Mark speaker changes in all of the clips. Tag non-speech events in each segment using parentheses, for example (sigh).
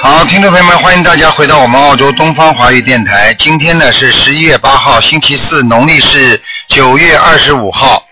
Speaker 1: 好，听众朋友们，欢迎大家回到我们澳洲东方华语电台。今天呢是十一月八号，星期四，农历是九月二十五号。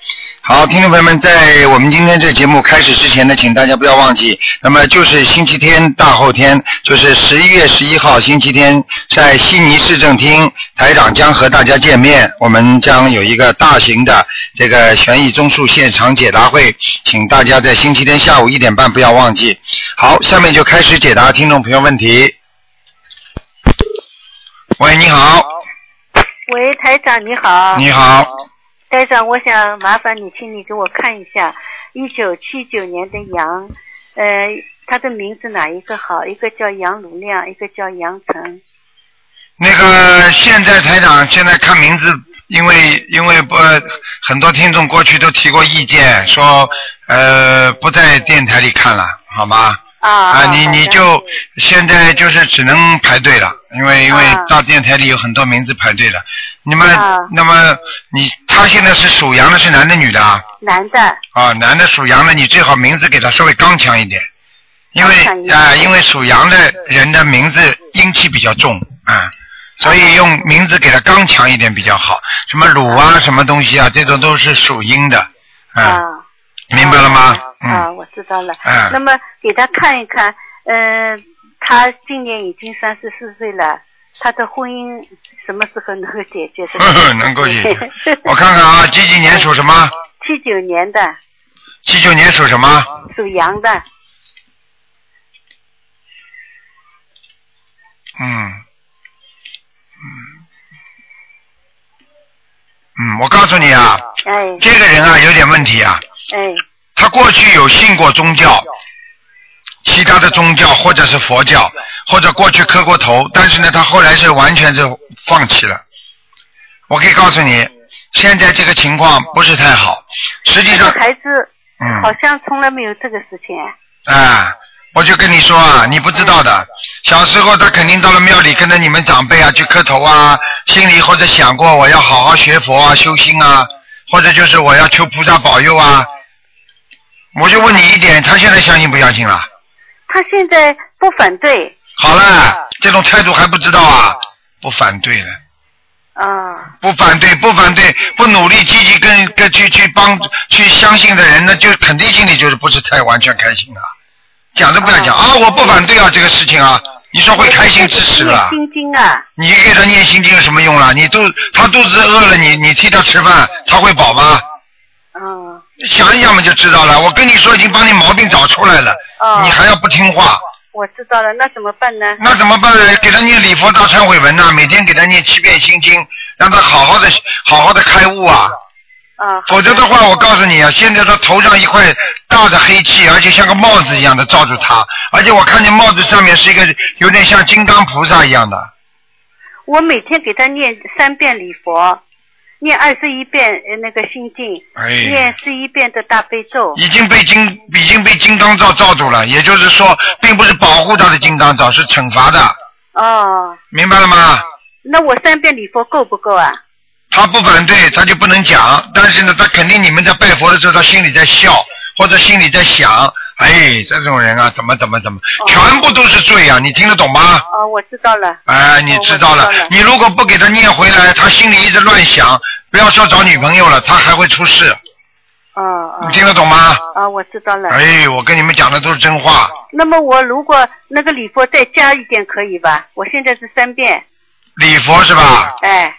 Speaker 1: 好，听众朋友们，在我们今天这节目开始之前呢，请大家不要忘记，那么就是星期天大后天，就是十一月十一号星期天，在悉尼市政厅，台长将和大家见面，我们将有一个大型的这个悬疑综述现场解答会，请大家在星期天下午一点半不要忘记。好，下面就开始解答听众朋友问题。喂，你好，
Speaker 2: 喂，台长你好。
Speaker 1: 你好，
Speaker 2: 台长，我想麻烦你，请你给我看一下，一九七九年的羊，呃，它的名字哪一个好？一个叫杨鲁亮，一个叫杨成。
Speaker 1: 那个现在台长现在看名字，因为因为不很多听众过去都提过意见，说呃不在电台里看了，好吗？
Speaker 2: 啊
Speaker 1: 啊，你
Speaker 2: 好的
Speaker 1: 你就现在就是只能排队了，因为因为
Speaker 2: 啊
Speaker 1: 到电台里有很多名字排队了。你们、
Speaker 2: 啊
Speaker 1: 那么你他现在是属羊的，是男的女的啊？
Speaker 2: 男的，
Speaker 1: 啊，男的属羊的，你最好名字给他稍微刚强一点，因为
Speaker 2: 刚强一点
Speaker 1: 啊、因为属羊的人的名字阴气比较重啊、所以用名字给他刚强一点比较好。什么鲁啊，什么东西啊，这种都是属阴的，啊、
Speaker 2: 啊，
Speaker 1: 明白了吗？
Speaker 2: 啊，
Speaker 1: 嗯，
Speaker 2: 我知道了。
Speaker 1: 嗯
Speaker 2: 那么给他看一看，呃，他今年已经三十四岁了，他的婚姻什么时候能够解决这
Speaker 1: 呵呵，(laughs)
Speaker 2: 个？
Speaker 1: 能够解决。我看看啊，几几年属什么？
Speaker 2: 七九年的，
Speaker 1: 七九年属什么？
Speaker 2: 属羊的，
Speaker 1: 嗯，嗯，嗯，我告诉你啊，
Speaker 2: 哎
Speaker 1: 这个人啊有点问题啊。
Speaker 2: 哎
Speaker 1: 他过去有信过宗教，其他的宗教或者是佛教，或者过去磕过头，但是呢，他后来是完全是放弃了。我可以告诉你，现在这个情况不是太好。实际
Speaker 2: 这
Speaker 1: 上
Speaker 2: 个，孩子好
Speaker 1: 嗯，
Speaker 2: 像从来没有这个事情。
Speaker 1: 啊，我就跟你说啊，你不知道的。小时候他肯定到了庙里跟着你们长辈啊去磕头啊，心里或者想过我要好好学佛啊、修心啊，或者就是我要求菩萨保佑啊。我就问你一点，他现在相信不相信了？
Speaker 2: 他现在不反对
Speaker 1: 好了，这种态度还不知道啊？不反对了，
Speaker 2: 啊、
Speaker 1: 不反对，不反对，不努力积极跟跟去去帮去相信的人呢，就肯定心里就是不是太完全开心啊。讲都不要讲啊，我不反对啊这个事情啊，你说会开心支持了？
Speaker 2: 心经啊，
Speaker 1: 你给他念心经有什么用了？你肚他肚子饿了，你你替他吃饭，他会饱吗？
Speaker 2: 嗯，
Speaker 1: 想一想嘛就知道了。我跟你说，已经帮你毛病找出来了，
Speaker 2: 哦
Speaker 1: 你还要不听话。
Speaker 2: 我知道了，那怎么办呢？
Speaker 1: 那怎么办？给他念礼佛大忏悔文呐、每天给他念七遍心经，让他好好的、好好的开悟啊。
Speaker 2: 啊，
Speaker 1: 否则的话，我告诉你啊，现在他头上一块大的黑气，而且像个帽子一样的罩住他，而且我看见帽子上面是一个有点像金刚菩萨一样的。
Speaker 2: 我每天给他念三遍礼佛，念二十一遍呃那个心经，
Speaker 1: 哎
Speaker 2: 念，十一遍的大悲咒。
Speaker 1: 已经被金已经被金刚罩罩住了，也就是说，并不是保护他的金刚罩，是惩罚的，
Speaker 2: 哦，
Speaker 1: 明白了吗？
Speaker 2: 那我三遍礼佛够不够啊？
Speaker 1: 他不反对，他就不能讲。但是呢，他肯定你们在拜佛的时候，他心里在笑，或者心里在想，哎，这种人啊，怎么怎么怎么，
Speaker 2: 哦
Speaker 1: 全部都是罪啊！你听得懂吗？
Speaker 2: 哦，我知道了。
Speaker 1: 哎，你知道了。
Speaker 2: 哦我知道了
Speaker 1: 你如果不给他念回来，他心里一直乱想，不要说找女朋友了，他还会出事。
Speaker 2: 哦哦
Speaker 1: 你，听得懂吗？
Speaker 2: 哦，我知道了。
Speaker 1: 哎，我跟你们讲的都是真话。
Speaker 2: 那么我如果那个礼佛再加一点可以吧？我现在是三遍，
Speaker 1: 礼佛是吧？
Speaker 2: 哎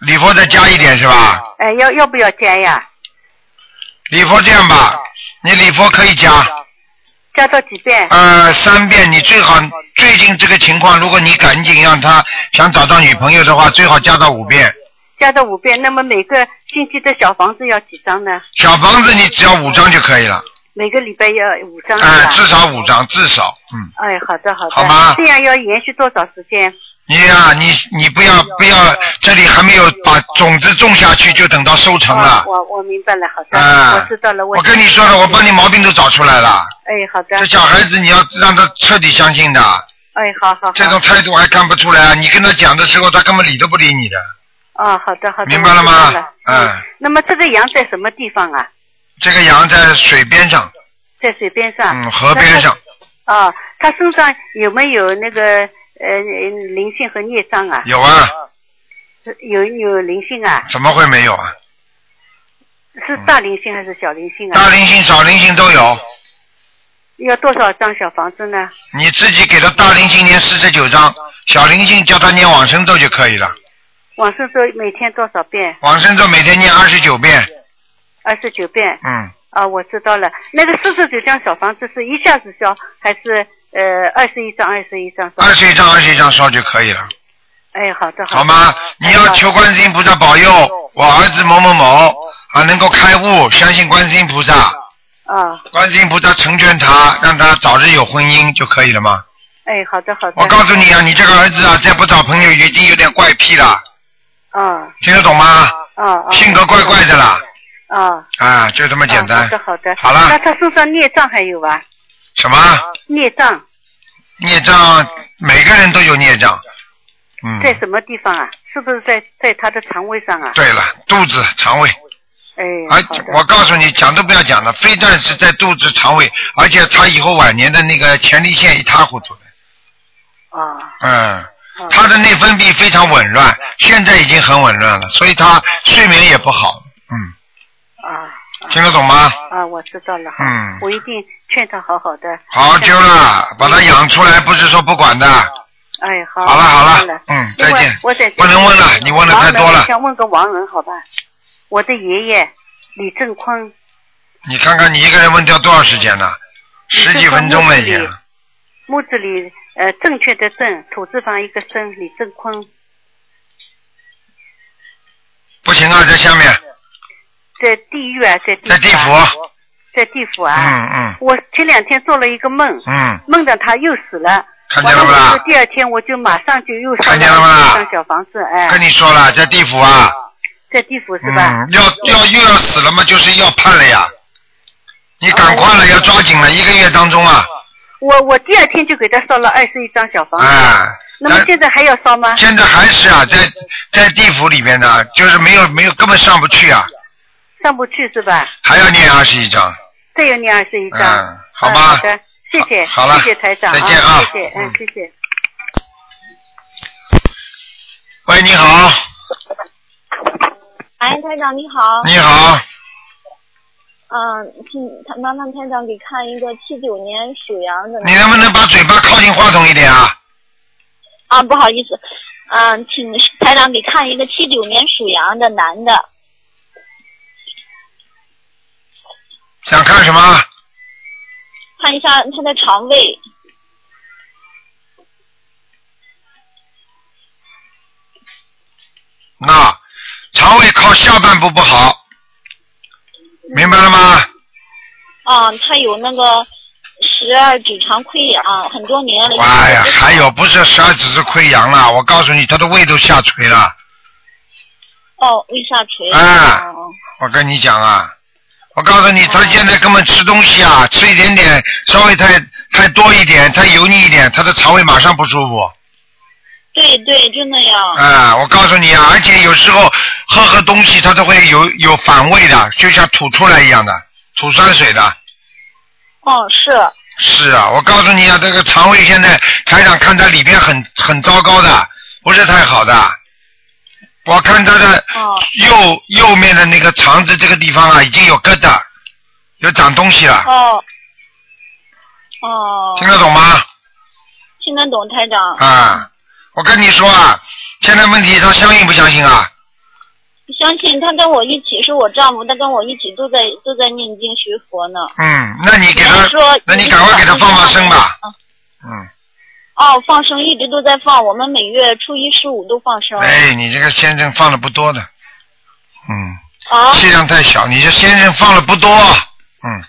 Speaker 1: 礼佛再加一点是吧？
Speaker 2: 哎，要要不要加呀？
Speaker 1: 礼佛这样吧，你礼佛可以加，
Speaker 2: 加到几遍？
Speaker 1: 呃，三遍。你最好最近这个情况，如果你赶紧让他想找到女朋友的话，最好加到五遍。
Speaker 2: 加到五遍。那么每个星期的小房子要几张呢？
Speaker 1: 小房子你只要五张就可以了，
Speaker 2: 每个礼拜要五张
Speaker 1: 哎、
Speaker 2: 嗯是啊吧？
Speaker 1: 至少五张，至少，嗯。
Speaker 2: 哎，好的好的。
Speaker 1: 好吗
Speaker 2: 这样要延续多少时间？
Speaker 1: 你呀、你你不要不要，这里还没有把种子种下去，就等到收成了
Speaker 2: 哦。我我明白了，好的，
Speaker 1: 啊、
Speaker 2: 我知道了。
Speaker 1: 我跟你说了，我帮你毛病都找出来了。
Speaker 2: 哎，好的
Speaker 1: 这。小孩子你要让他彻底相信的。
Speaker 2: 哎，好好好。
Speaker 1: 这种态度还看不出来啊！你跟他讲的时候，他根本理都不理你的，
Speaker 2: 哦，好的好的。
Speaker 1: 明白了
Speaker 2: 我
Speaker 1: 吗
Speaker 2: 知道了？
Speaker 1: 嗯，
Speaker 2: 那么这个羊在什么地方啊？
Speaker 1: 这个羊在水边上，嗯
Speaker 2: 在水边上。
Speaker 1: 嗯，河边上，
Speaker 2: 啊，他身上有没有那个呃灵性和孽障啊？
Speaker 1: 有啊，
Speaker 2: 有有灵性啊？
Speaker 1: 怎么会没有啊？
Speaker 2: 是大灵性还是小灵性啊？
Speaker 1: 嗯大灵性、小灵性都有，
Speaker 2: 要多少张小房子呢？
Speaker 1: 你自己给他大灵性念四十九章，小灵性叫他念往生咒就可以了。
Speaker 2: 往生咒每天多少遍？
Speaker 1: 往生咒每天念二十九遍，
Speaker 2: 二十九遍。
Speaker 1: 嗯，
Speaker 2: 啊，我知道了。那个四十九张小房子是一下子消还是呃二十一张二十一张？
Speaker 1: 二十一张二十一张烧就可以了，
Speaker 2: 哎，好的，
Speaker 1: 好
Speaker 2: 的
Speaker 1: 吗？你要求观世音菩萨保佑我儿子某某某啊能够开悟，相信观世音菩萨，
Speaker 2: 啊，
Speaker 1: 观世音菩萨成全他，让他早日有婚姻就可以了吗？
Speaker 2: 哎，好的，好的。
Speaker 1: 我告诉你啊，你这个儿子啊，再不找朋友已经有点怪癖了，
Speaker 2: 啊
Speaker 1: 听得懂吗？
Speaker 2: 啊啊！
Speaker 1: 性格怪怪的啦，
Speaker 2: 啊，
Speaker 1: 啊，就这么简
Speaker 2: 好
Speaker 1: 单。
Speaker 2: 的，好的。
Speaker 1: 好了
Speaker 2: 那他身上孽障还有吧？
Speaker 1: 什么
Speaker 2: 孽障
Speaker 1: 孽障？每个人都有孽障。嗯，
Speaker 2: 在什么地方啊？是不是在在他的肠胃上啊？
Speaker 1: 对了，肚子、肠胃，
Speaker 2: 哎，
Speaker 1: 而
Speaker 2: 好的。
Speaker 1: 我告诉你，讲都不要讲了，非但是在肚子、肠胃，而且他以后晚年的那个前列腺一塌糊涂的。
Speaker 2: 啊
Speaker 1: 嗯，
Speaker 2: 啊
Speaker 1: 他的内分泌非常紊乱，现在已经很紊乱了，所以他睡眠也不好。嗯，
Speaker 2: 啊
Speaker 1: 听得懂吗？
Speaker 2: 啊！我知道了。
Speaker 1: 嗯
Speaker 2: 我一嗯定劝他好好的。
Speaker 1: 好，就了，把他养出来，不是说不管的。
Speaker 2: 哎，好。
Speaker 1: 好了好了
Speaker 2: 了，
Speaker 1: 嗯
Speaker 2: 另外
Speaker 1: 再见
Speaker 2: 我再
Speaker 1: 不能问了你问了太多了
Speaker 2: 王人我想问个王人，好吧？我的爷爷李正坤，
Speaker 1: 你看看你一个人问掉多少时间了？十几分钟了已
Speaker 2: 你是
Speaker 1: 经
Speaker 2: 说。木字里呃正确的正，土字旁一个生，李正坤，
Speaker 1: 不行啊，在下面，
Speaker 2: 在地狱啊，在地
Speaker 1: 在地
Speaker 2: 府
Speaker 1: 府
Speaker 2: 啊、。在地府啊。
Speaker 1: 嗯嗯
Speaker 2: 我前两天做了一个梦，
Speaker 1: 嗯，
Speaker 2: 梦到他又死了。
Speaker 1: 看见了不
Speaker 2: 完
Speaker 1: 啦
Speaker 2: 我就第二天我就马上就又烧
Speaker 1: 看见了不啦
Speaker 2: 一张小房子，哎，
Speaker 1: 跟你说了，在地府
Speaker 2: 嗯
Speaker 1: 啊。
Speaker 2: 在地府是吧？
Speaker 1: 嗯，要要又要死了吗？就是要判了呀。你赶快了，要抓紧了，一个月当中啊，
Speaker 2: 我我第二天就给他烧了二十一张小房子，
Speaker 1: 哎，
Speaker 2: 那么
Speaker 1: 但
Speaker 2: 现在还要烧吗？
Speaker 1: 现在还是啊，在在地府里面呢，就是没有没有根本上不去啊，
Speaker 2: 上不去是吧？
Speaker 1: 还要念二十一章。
Speaker 2: 再有你二十一张，
Speaker 1: 嗯好吧
Speaker 2: 嗯好的，谢谢，
Speaker 1: 好好了
Speaker 2: 谢谢台长，
Speaker 1: 再见啊
Speaker 2: 谢谢，
Speaker 1: 嗯
Speaker 2: 嗯，谢谢。
Speaker 1: 喂，你好，
Speaker 3: 哎，台长你好，
Speaker 1: 你好，
Speaker 3: 嗯、请请麻烦台长给看一个七九年属羊的呢
Speaker 1: 你能不能把嘴巴靠近话筒一点啊？
Speaker 3: 啊，不好意思，嗯、请台长给看一个七九年属羊的男的，
Speaker 1: 想看什么？
Speaker 3: 看一下他的肠胃，
Speaker 1: 那肠胃靠下半部不好，明白了吗？
Speaker 3: 啊，他有那个十二指肠溃疡，很多年了，
Speaker 1: 哎呀，还有不是十二指是溃疡了，我告诉你，他的胃都下垂了。
Speaker 3: 哦，胃下垂，
Speaker 1: 啊
Speaker 3: 哦
Speaker 1: 我跟你讲啊，我告诉你，他现在根本吃东西啊，吃一点点，稍微太太多一点，太油腻一点，他的肠胃马上不舒服。
Speaker 3: 对对，就那样，
Speaker 1: 啊，我告诉你啊，而且有时候喝喝东西，他都会有有反胃的，就像吐出来一样的，吐酸水的。
Speaker 3: 哦，是，
Speaker 1: 是啊，我告诉你啊，这个肠胃现在台长看它里边很很糟糕的，不是太好的。我看他的
Speaker 3: 哦
Speaker 1: 右右面的那个肠子这个地方啊，已经有疙瘩，有长东西了，
Speaker 3: 哦，哦，
Speaker 1: 听得懂吗？
Speaker 3: 听得懂台长，
Speaker 1: 啊，我跟你说啊，现在问题他相信不相信啊？
Speaker 3: 相信他跟我一起是我丈夫，他跟我一起都在都在念经学佛呢。
Speaker 1: 嗯，那你给
Speaker 3: 我
Speaker 1: 他
Speaker 3: 说，
Speaker 1: 那你赶快给他放放生吧。。嗯，
Speaker 3: 哦，放生一直都在放，我们每月初一十五都放生。
Speaker 1: 哎，你这个先生放的不多的，嗯，
Speaker 3: 啊，
Speaker 1: 气量太小，你这先生放的不多，嗯。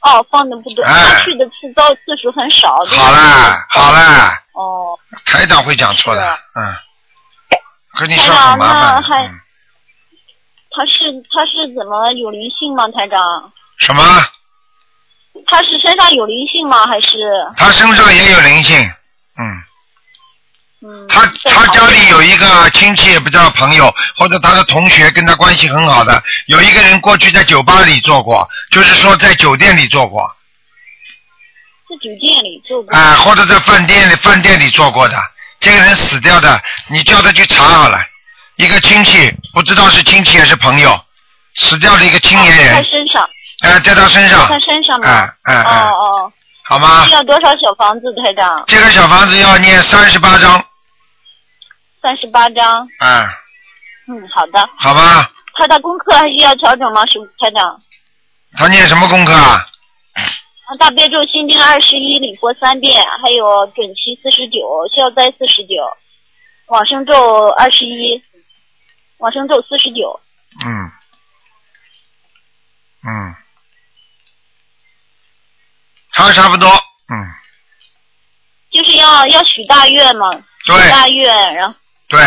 Speaker 3: 哦，放的不多，
Speaker 1: 哎
Speaker 3: 他去的次到次数很少。对吧
Speaker 1: 好啦，好啦，
Speaker 3: 哦，
Speaker 1: 台长会讲错的，嗯，跟你说
Speaker 3: 台
Speaker 1: 很
Speaker 3: 长
Speaker 1: 麻
Speaker 3: 那还
Speaker 1: 烦。嗯、
Speaker 3: 他是他是怎么有灵性吗，台长？
Speaker 1: 什么？
Speaker 3: 他是身上有灵性吗？还是
Speaker 1: 他身上也有灵性，嗯，
Speaker 3: 嗯？
Speaker 1: 他
Speaker 3: 在
Speaker 1: 他
Speaker 3: 哪
Speaker 1: 家里有一个亲戚，也不知道朋友或者他的同学，跟他关系很好的，有一个人过去在酒吧里做过，就是说在酒店里做过，
Speaker 3: 自己店里做过。
Speaker 1: 啊，或者在饭店里饭店里做过的，这个人死掉的，你叫他去查好了。一个亲戚，不知道是亲戚还是朋友，死掉的一个青年
Speaker 3: 在
Speaker 1: 人，
Speaker 3: 身上，
Speaker 1: 哎、在他身上，
Speaker 3: 在身上吗？
Speaker 1: 啊啊啊，
Speaker 3: 哦哦，
Speaker 1: 好吗
Speaker 3: 需？要多少小房子，台长？
Speaker 1: 这个小房子要念三十八章，
Speaker 3: 三十八张。
Speaker 1: 啊，
Speaker 3: 嗯，好的。
Speaker 1: 好吗？
Speaker 3: 他的功课还需要调整吗，是台长？
Speaker 1: 他念什么功课啊？
Speaker 3: 啊大悲咒心经二十一，礼佛三遍，还有准提四十九，消灾四十九，往生咒二十一，往生咒四十九。
Speaker 1: 嗯，嗯，差差不多，嗯，
Speaker 3: 就是要要许大愿嘛，许
Speaker 1: 对
Speaker 3: 大愿，然后
Speaker 1: 对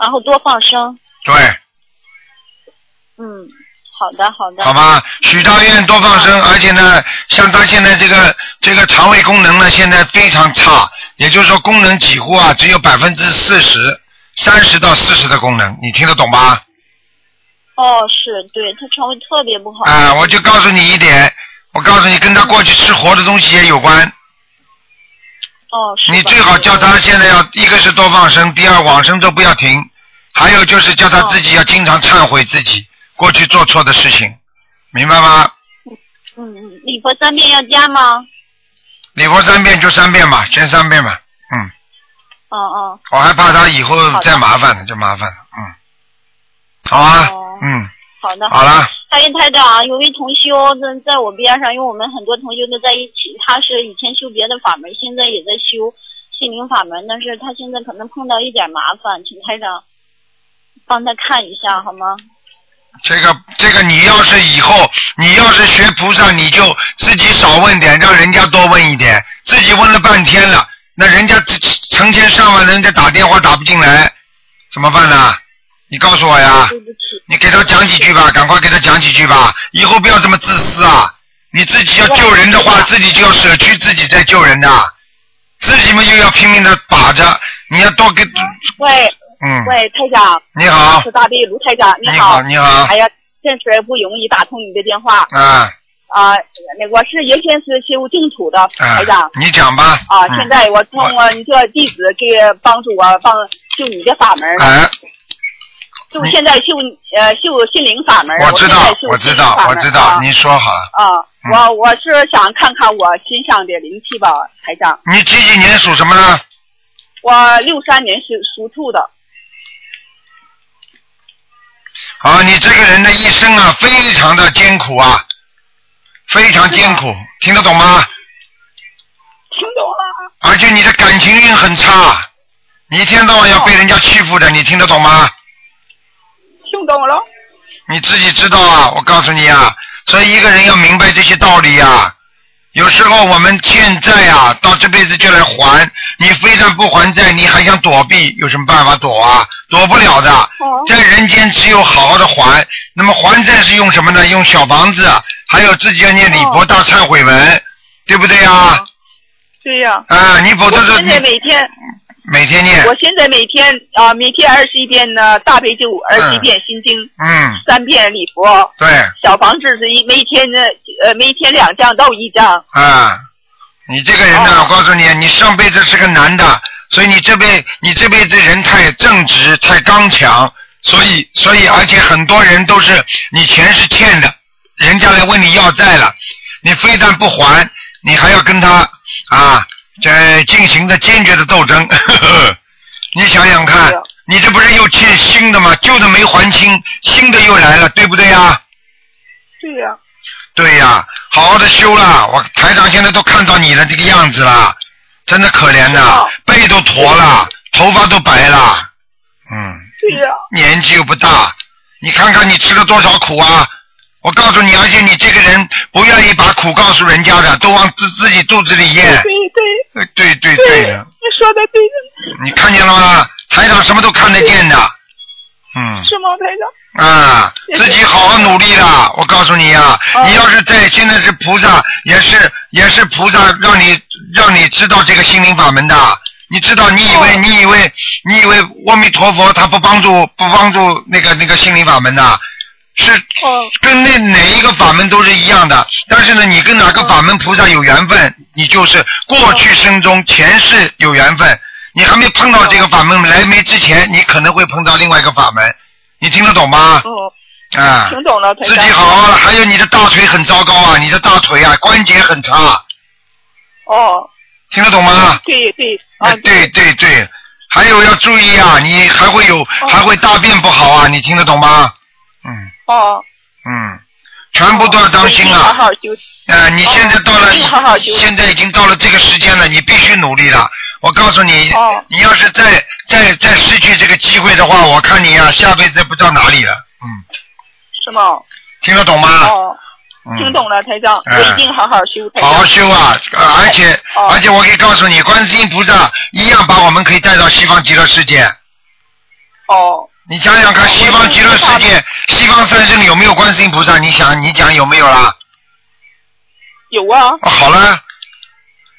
Speaker 3: 然后多放生。
Speaker 1: 对，
Speaker 3: 嗯，好的好的。
Speaker 1: 好吧，许大愿多放生，而且呢，像他现在这个这个肠胃功能呢，现在非常差，也就是说功能几乎啊只有百分之四十、三十到四十的功能，你听得懂吗？
Speaker 3: 哦，是对他肠胃特别不好。
Speaker 1: 啊、我就告诉你一点，我告诉你跟他过去吃活的东西也有关，
Speaker 3: 哦，是吧
Speaker 1: 你最好叫他现在要一个是多放生，第二往生咒不要停，还有就是叫他自己要经常忏悔自己过去做错的事情，明白吗？
Speaker 3: 嗯嗯，礼佛三遍要加吗？
Speaker 1: 礼佛三遍就三遍吧，先三遍吧，嗯，
Speaker 3: 哦哦
Speaker 1: 我还怕他以后
Speaker 3: 好的
Speaker 1: 再麻烦呢，就麻烦了，嗯，好啊
Speaker 3: 哦，
Speaker 1: 嗯，
Speaker 3: 好的。
Speaker 1: 好了，
Speaker 3: 还有台长，有位同修在在我边上，因为我们很多同修都在一起。他是以前修别的法门，现在也在修心灵法门，但是他现在可能碰到一点麻烦，请台长帮他看一下好吗？
Speaker 1: 这个这个你要是以后你要是学菩萨，你就自己少问点，让人家多问一点，自己问了半天了，那人家成成千上万人家打电话打不进来，怎么办呢？你告诉我呀。
Speaker 3: 对不起，
Speaker 1: 你给他讲几句吧，赶快给他讲几句吧，以后不要这么自私啊！你自己要救人的话，
Speaker 3: 对
Speaker 1: 自己就要舍去自己在救人的，自己们又要拼命的把着，你要多给，
Speaker 3: 哎
Speaker 4: 喂
Speaker 1: 嗯，
Speaker 4: 喂，台长，
Speaker 1: 你好
Speaker 4: 是，大地卢台长，
Speaker 1: 你
Speaker 4: 好。
Speaker 1: 你好，
Speaker 4: 哎呀，真是不容易打通你的电话
Speaker 1: 啊
Speaker 4: 啊、那我是原先是修净土的
Speaker 1: 啊
Speaker 4: 台长，
Speaker 1: 你讲吧，
Speaker 4: 啊，
Speaker 1: 嗯
Speaker 4: 现在我通过你这弟子给帮助我帮修你的法门，
Speaker 1: 哎，
Speaker 4: 就现在修呃修心灵法门，
Speaker 1: 嗯我知道
Speaker 4: 现在，修
Speaker 1: 我
Speaker 4: 心
Speaker 1: 知
Speaker 4: 灵
Speaker 1: 道
Speaker 4: 法，
Speaker 1: 我
Speaker 4: 门
Speaker 1: 知道，
Speaker 4: 啊
Speaker 1: 你说好了，
Speaker 4: 啊，
Speaker 1: 嗯
Speaker 4: 我我是想看看我身上的灵气吧，台长，
Speaker 1: 你几几年属什么呢？
Speaker 4: 我六三年是属兔的，
Speaker 1: 啊，你这个人的一生啊，非常的艰苦啊，非常艰苦，听得懂吗？
Speaker 4: 听懂了？啊
Speaker 1: 而且你的感情运很差，你一天到晚要被人家欺负的，你听得懂吗？
Speaker 4: 听懂了？
Speaker 1: 你自己知道啊，我告诉你啊，所以一个人要明白这些道理啊。有时候我们欠债啊，到这辈子就来还，你非但不还债，你还想躲避，有什么办法躲啊？躲不了的，
Speaker 4: 哦
Speaker 1: 在人间只有好好的还。那么还债是用什么呢？用小房子，啊还有自己要念礼佛大忏悔
Speaker 4: 哦
Speaker 1: 文，对不对啊？
Speaker 4: 对呀、
Speaker 1: 啊，你否
Speaker 4: 我
Speaker 1: 则是
Speaker 4: 现在
Speaker 1: 你嗯
Speaker 4: 每天。
Speaker 1: 每天念，
Speaker 4: 我现在每天啊、每天二十一遍呢大悲咒，二十一遍心经，
Speaker 1: 嗯，
Speaker 4: 三遍礼佛，
Speaker 1: 对。
Speaker 4: 小房子是一每天呢呃每天两张到一张。
Speaker 1: 啊，你这个人呢，
Speaker 4: 哦
Speaker 1: 我告诉你，你上辈子是个男的，所以你这辈你这辈子人太正直，太刚强，所以所以而且很多人都是你钱是欠的，人家来问你要债了，你非但不还，你还要跟他啊这进行着坚决的斗争。 (laughs) 你想想看
Speaker 4: 是，
Speaker 1: 你这不是又欠新的吗？旧的没还清，新的又来了，对不对呀、
Speaker 4: 对呀、
Speaker 1: 对呀、好好的修啦！我台长现在都看到你的这个样子啦，真的可怜呐、
Speaker 4: 哦
Speaker 1: 背都驼了，头发都白了，嗯，
Speaker 4: 对呀、
Speaker 1: 年纪又不大，你看看你吃了多少苦啊！我告诉你，而且你这个人不愿意把苦告诉人家的，都往自自己肚子里
Speaker 4: 对
Speaker 1: 咽。
Speaker 4: 对
Speaker 1: 呃对对
Speaker 4: 对，
Speaker 1: 嗯对的，
Speaker 4: 你说的对，
Speaker 1: 你看见了吗？台长什么都看得见的，嗯。
Speaker 4: 是吗，台长？
Speaker 1: 啊，自己好好
Speaker 4: (laughs)
Speaker 1: 努力啦！我告诉你啊，
Speaker 4: 哦
Speaker 1: 你要是在现在是菩萨，也是也是菩萨让你让你知道这个心灵法门的。你知道，你以为、
Speaker 4: 哦
Speaker 1: 你以为你以为阿弥陀佛他不帮助不帮助那个那个心灵法门的？是
Speaker 4: 哦
Speaker 1: 跟那哪一个法门都是一样的，但是呢，你跟哪个法门菩萨有缘分，你就是过去生中前世有缘分，你还没碰到这个法门来没之前，你可能会碰到另外一个法门，你听得懂吗？
Speaker 4: 嗯，
Speaker 1: 啊，
Speaker 4: 听懂了，台
Speaker 1: 自
Speaker 4: 长
Speaker 1: 己好好了，还有你的大腿很糟糕啊，你的大腿啊关节很差，
Speaker 4: 哦，
Speaker 1: 听得懂吗？
Speaker 4: 对对，哦啊
Speaker 1: 哎，对对对，还有要注意啊，你还会有还会大便不好啊，你听得懂吗？嗯
Speaker 4: 哦，
Speaker 1: 嗯，全部都要当心
Speaker 4: 好
Speaker 1: 啊！
Speaker 4: 好修，
Speaker 1: 呃，你现在到了
Speaker 4: 一定哦好好，修
Speaker 1: 现在已经到了这个时间了，你必须努力了。我告诉你
Speaker 4: 哦，
Speaker 1: 你要是再再再失去这个机会的话，我看你呀、下辈子不知道哪里了。嗯，
Speaker 4: 是吗？
Speaker 1: 听得懂吗？
Speaker 4: 哦，
Speaker 1: 嗯
Speaker 4: 听懂了，台长，
Speaker 1: 嗯
Speaker 4: 我一定好好修，台
Speaker 1: 好好
Speaker 4: 长。
Speaker 1: 修啊！呃而且
Speaker 4: 哦
Speaker 1: 而且我可以告诉你，观世音菩萨一样把我们可以带到西方极乐世界。
Speaker 4: 哦，
Speaker 1: 你想想看，西方极乐世界，西方三圣有没有观世音菩萨？你想，你讲有没有啦？
Speaker 4: 有啊，
Speaker 1: 哦好了，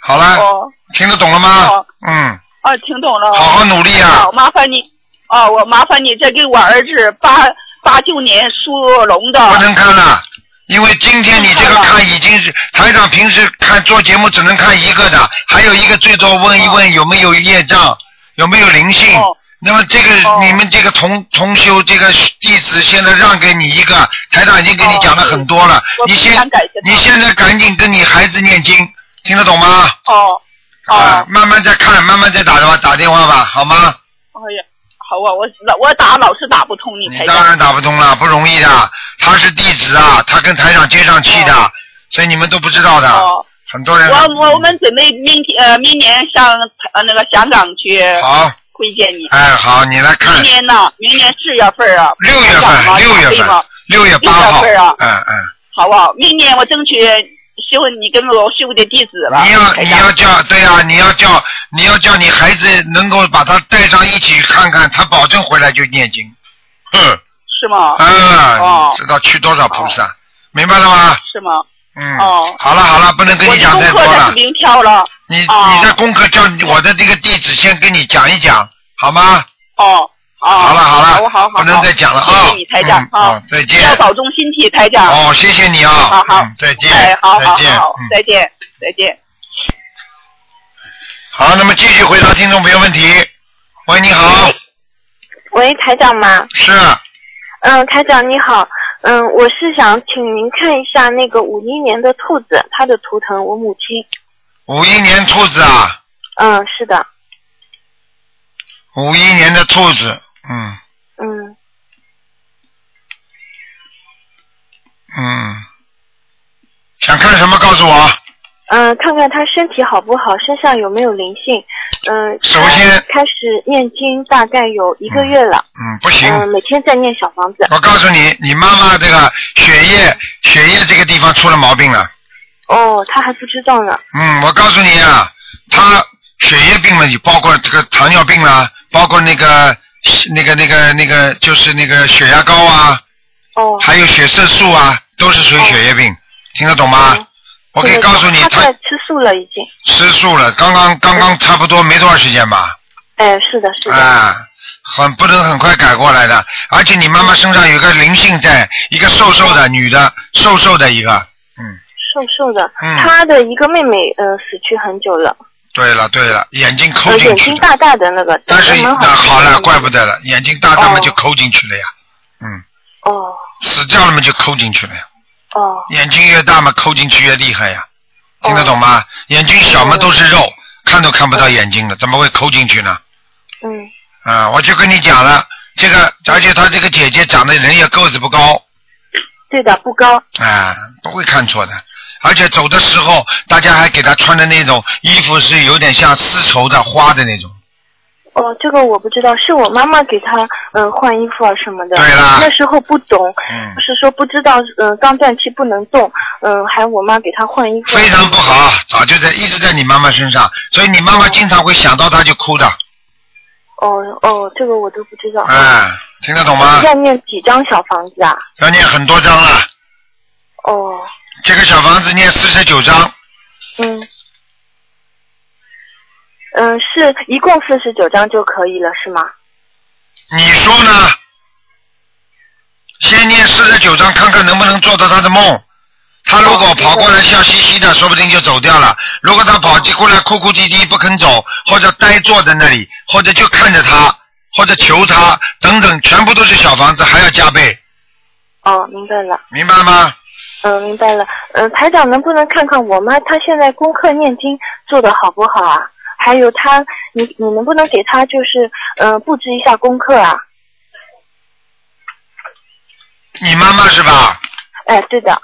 Speaker 1: 好了，
Speaker 4: 哦，
Speaker 1: 听得懂了吗
Speaker 4: 哦？
Speaker 1: 嗯，
Speaker 4: 啊，听懂了。
Speaker 1: 好好努力啊
Speaker 4: 好，！麻烦你，哦，我麻烦你再给我儿子八八九年属龙的，
Speaker 1: (laughs) 不能看了，因为今天你这个
Speaker 4: 不能看了
Speaker 1: 看已经是台长平时看做节目只能看一个的，还有一个最多问一问有没有业障，有没有灵性
Speaker 4: 哦。
Speaker 1: 那么这个、
Speaker 4: 哦
Speaker 1: 你们这个同同修这个弟子现在让给你一个，台长已经给你讲了很多了，
Speaker 4: 哦我
Speaker 1: 你
Speaker 4: 非
Speaker 1: 先
Speaker 4: 常感谢他
Speaker 1: 你现在赶紧跟你孩子念经，听得懂吗？
Speaker 4: 哦，哦，
Speaker 1: 啊，慢慢再看，慢慢再打电话打电话吧，好吗？
Speaker 4: 哎呀，好啊，我老我打老是打不通你
Speaker 1: 你
Speaker 4: 台
Speaker 1: 当
Speaker 4: 长，嗯
Speaker 1: 然打不通了，不容易的。他是弟子啊，他跟台长接上气的，所以你们都不知道的。
Speaker 4: 哦。
Speaker 1: 很多人
Speaker 4: 我我我们准备明天呃明年上呃那个香港去
Speaker 1: 好，
Speaker 4: 会见你。
Speaker 1: 哎，好，你来
Speaker 4: 明
Speaker 1: 看
Speaker 4: 年呢？明年四月份啊。
Speaker 1: 六月
Speaker 4: 台长
Speaker 1: 份，
Speaker 4: 吗
Speaker 1: 六月
Speaker 4: 可以
Speaker 1: 份
Speaker 4: 吗？，
Speaker 1: 六月八号，
Speaker 4: 六月份啊
Speaker 1: 嗯嗯，
Speaker 4: 好不好？明年我争取修你跟我修的弟子了。
Speaker 1: 你要
Speaker 4: 台
Speaker 1: 你
Speaker 4: 长
Speaker 1: 要叫对啊，你要叫你要叫你孩子能够把他带上一起看看，他保证回来就念经。哼
Speaker 4: 是吗？
Speaker 1: 啊，
Speaker 4: 哦
Speaker 1: 你知道去多少菩萨，明白了吗？
Speaker 4: 是吗？
Speaker 1: 嗯，
Speaker 4: 哦
Speaker 1: 好了好了，不能跟
Speaker 4: 我
Speaker 1: 你
Speaker 4: 的
Speaker 1: 讲
Speaker 4: 功
Speaker 1: 太
Speaker 4: 课
Speaker 1: 多
Speaker 4: 他
Speaker 1: 了嗯
Speaker 4: 是。明挑了。
Speaker 1: 你
Speaker 4: 哦
Speaker 1: 你的功课叫我的这个弟子先跟你讲一讲，好吗？
Speaker 4: 哦哦。
Speaker 1: 好了好
Speaker 4: 我
Speaker 1: 了，
Speaker 4: 好好好。
Speaker 1: 不能再讲了啊
Speaker 4: 谢谢你台长。
Speaker 1: 嗯好，再见。
Speaker 4: 要保重身体，台长。
Speaker 1: 哦，谢谢你啊。
Speaker 4: 好好
Speaker 1: 嗯再见。
Speaker 4: 哎，好好
Speaker 1: 再见。
Speaker 4: 好，
Speaker 1: 嗯
Speaker 4: 再见再见。
Speaker 1: 好，那么继续回答听众朋友问题。喂，你好，
Speaker 4: 嗯
Speaker 5: 喂，台长吗？
Speaker 1: 是
Speaker 5: 嗯，台长你好，嗯，我是想请您看一下那个五一年的兔子，它的图腾，我母亲。
Speaker 1: 五一年兔子啊，
Speaker 5: 嗯，是的，
Speaker 1: 五一年的兔子，嗯
Speaker 5: 嗯，
Speaker 1: 嗯，想看什么告诉我。
Speaker 5: 嗯，看看她身体好不好，身上有没有灵性。嗯，
Speaker 1: 首
Speaker 5: 她
Speaker 1: 先
Speaker 5: 开始念经大概有一个月了，
Speaker 1: 嗯，不行，
Speaker 5: 嗯，每天在念小房子。
Speaker 1: 我告诉你，你妈妈这个血液血液这个地方出了毛病了。
Speaker 5: 哦，她还不知道呢。
Speaker 1: 嗯，我告诉你啊，他血液病了，你包括这个糖尿病啦、包括那个那个那个那个就是那个血压高啊，
Speaker 5: 哦，
Speaker 1: 还有血色素啊，都是属于血液病，听得懂吗？
Speaker 5: 嗯
Speaker 1: 我可以
Speaker 5: 对
Speaker 1: 告诉你，
Speaker 5: 她
Speaker 1: 他
Speaker 5: 在吃素了已经。
Speaker 1: 吃素了，刚刚刚刚差不多没多少时间吧，
Speaker 5: 哎，是的，是的。
Speaker 1: 啊，很不能很快改过来的。而且你妈妈身上有一个灵性在，一个瘦瘦的女的，瘦瘦的一个，嗯，
Speaker 5: 瘦瘦的，
Speaker 1: 嗯
Speaker 5: 她的一个妹妹，呃，死去很久了，
Speaker 1: 对了对了，眼睛抠
Speaker 5: 呃，
Speaker 1: 进
Speaker 5: 眼
Speaker 1: 去
Speaker 5: 睛
Speaker 1: 的。
Speaker 5: 大大的那个，
Speaker 1: 但是
Speaker 5: 长得
Speaker 1: 那
Speaker 5: 蛮好看
Speaker 1: 好
Speaker 5: 的
Speaker 1: 了，怪不得了，眼睛大大嘛
Speaker 5: 哦
Speaker 1: 就抠进去了呀，嗯，
Speaker 5: 哦
Speaker 1: 死掉了嘛就抠进去了呀，
Speaker 5: 哦
Speaker 1: 眼睛越大嘛抠进去越厉害呀，听得懂
Speaker 5: 哦
Speaker 1: 吗？眼睛小嘛都是肉，看都看不到眼睛了，怎么会抠进去呢？
Speaker 5: 嗯
Speaker 1: 啊，我就跟你讲了，这个而且他这个姐姐长得人也个子不高，
Speaker 5: 对的，不高，
Speaker 1: 啊，不会看错的。而且走的时候，大家还给她穿的那种衣服是有点像丝绸的花的那种。
Speaker 5: 哦，这个我不知道，是我妈妈给她嗯、呃换衣服啊什么的，
Speaker 1: 对啦
Speaker 5: 那时候不懂，
Speaker 1: 嗯
Speaker 5: 就是说不知道嗯、呃刚断气不能动，嗯、还有我妈给她换衣服，啊
Speaker 1: 非常不，好，早就在一直在你妈妈身上，所以你妈妈经常会想到她就哭的，
Speaker 5: 哦哦，这个我都不知道，
Speaker 1: 哎，听得懂吗？
Speaker 5: 要念几张小房子啊？
Speaker 1: 要念很多章了，
Speaker 5: 哦，
Speaker 1: 这个小房子念四十九章，
Speaker 5: 嗯。嗯，是一共四十九张就可以了，是吗？
Speaker 1: 你说呢？先先念四十九章，看看能不能做到他的梦。他如果跑过来笑嘻嘻的，说不定就走掉了；如果他跑过来哭哭啼啼不肯走，或者呆坐在那里，或者就看着他，或者求他等等，全部都是小房子，还要加倍，
Speaker 5: 哦，明白了，
Speaker 1: 明白吗？
Speaker 5: 嗯，明白了。嗯，台长能不能看看我妈她现在功课念经做的好不好啊？还有她，你你能不能给她就是嗯、呃布置一下功课啊？
Speaker 1: 你妈妈是吧？
Speaker 5: 哎，对的，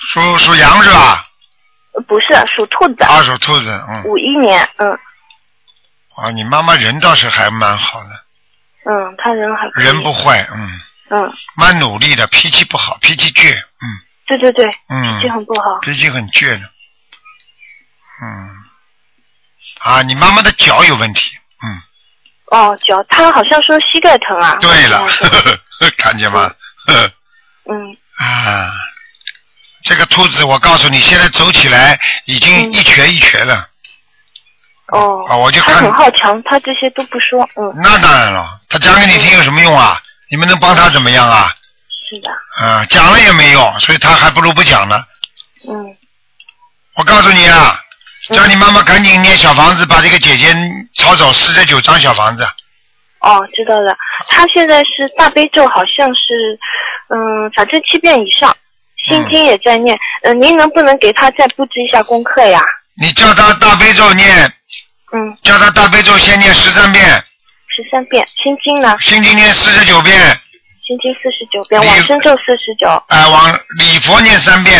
Speaker 1: 属属羊是吧？
Speaker 5: 呃不是属兔子，
Speaker 1: 啊，属兔子，嗯，
Speaker 5: 五一年，嗯
Speaker 1: 啊，你妈妈人倒是还蛮好的，
Speaker 5: 嗯，她人还可以
Speaker 1: 人不坏，嗯，
Speaker 5: 嗯，
Speaker 1: 蛮努力的，脾气不好，脾气倔，嗯
Speaker 5: 对对对，脾气
Speaker 1: 嗯，
Speaker 5: 很不好，
Speaker 1: 脾气很倔的，嗯，啊，你妈妈的脚有问题，嗯，
Speaker 5: 哦，脚她好像说膝盖疼啊。
Speaker 1: 对了
Speaker 5: 好像是，
Speaker 1: (laughs) 看见吗？呵
Speaker 5: 嗯，
Speaker 1: 啊，这个兔子，我告诉你，现在走起来已经
Speaker 5: 嗯
Speaker 1: 一瘸一瘸了。
Speaker 5: 哦，
Speaker 1: (laughs) 啊，我就
Speaker 5: 她
Speaker 1: 看
Speaker 5: 很好强，她这些都不说，嗯，
Speaker 1: 那当然了，他讲给你听有什么用啊？你们能帮他怎么样啊？
Speaker 5: 是的，
Speaker 1: 啊，讲了也没用，所以他还不如不讲呢。
Speaker 5: 嗯，
Speaker 1: 我告诉你啊，
Speaker 5: 嗯
Speaker 1: 叫你妈妈赶紧念小房子，把这个姐姐抄走四十九张小房子。
Speaker 5: 哦，知道了。她现在是大悲咒，好像是，嗯，反正七遍以上，心经也在念。嗯、您能不能给她再布置一下功课呀？
Speaker 1: 你叫他大悲咒念，
Speaker 5: 嗯，
Speaker 1: 叫他大悲咒先念十三遍，
Speaker 5: 十三遍，心经呢？
Speaker 1: 心经念四十九遍，
Speaker 5: 心经四十九遍，
Speaker 1: 你
Speaker 5: 往生咒四十九，
Speaker 1: 哎、往礼佛念三遍，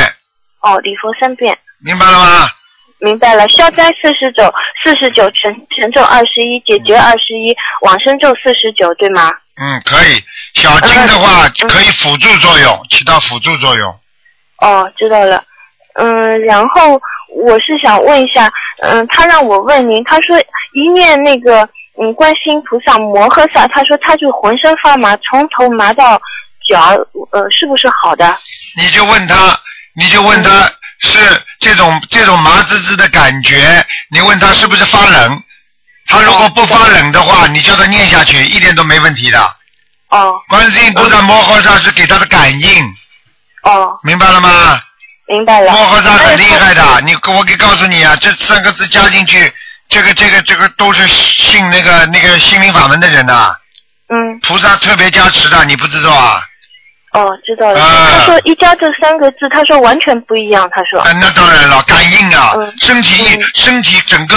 Speaker 5: 哦，礼佛三遍。
Speaker 1: 明白了吗？
Speaker 5: 明白了，消灾四十九，四十九成成咒二十一，解决二十一，往生咒四十九，对吗？
Speaker 1: 嗯，可以。小经的话
Speaker 5: 嗯
Speaker 1: 可以辅助作用，起到辅助作用。
Speaker 5: 哦，知道了。嗯，然后我是想问一下，嗯，他让我问您，他说一念那个嗯观世音菩萨摩诃萨，他说他就浑身发麻，从头麻到脚，呃，是不是好的？
Speaker 1: 你就问他，你就问他是这种这种麻滋滋的感觉，你问他是不是发冷？他如果不发冷的话，你叫他念下去，一点都没问题的。
Speaker 5: 哦
Speaker 1: 观世音菩萨摩诃萨是给他的感应，
Speaker 5: 哦，
Speaker 1: 明白了吗？
Speaker 5: 明白了
Speaker 1: 摩。诃萨很厉害
Speaker 5: 但
Speaker 1: 的，你我可以告诉你啊，这三个字加进去，这个这个这个都是信那个那个心灵法门的人呐、啊
Speaker 5: 嗯，
Speaker 1: 菩萨特别加持的，你不知道啊？
Speaker 5: 哦，知道了。
Speaker 1: 啊
Speaker 5: 他说一加这三个字，他说完全不一样，他说。
Speaker 1: 啊，那当然了，感应啊，
Speaker 5: 嗯
Speaker 1: 身体、
Speaker 5: 嗯
Speaker 1: 身体整个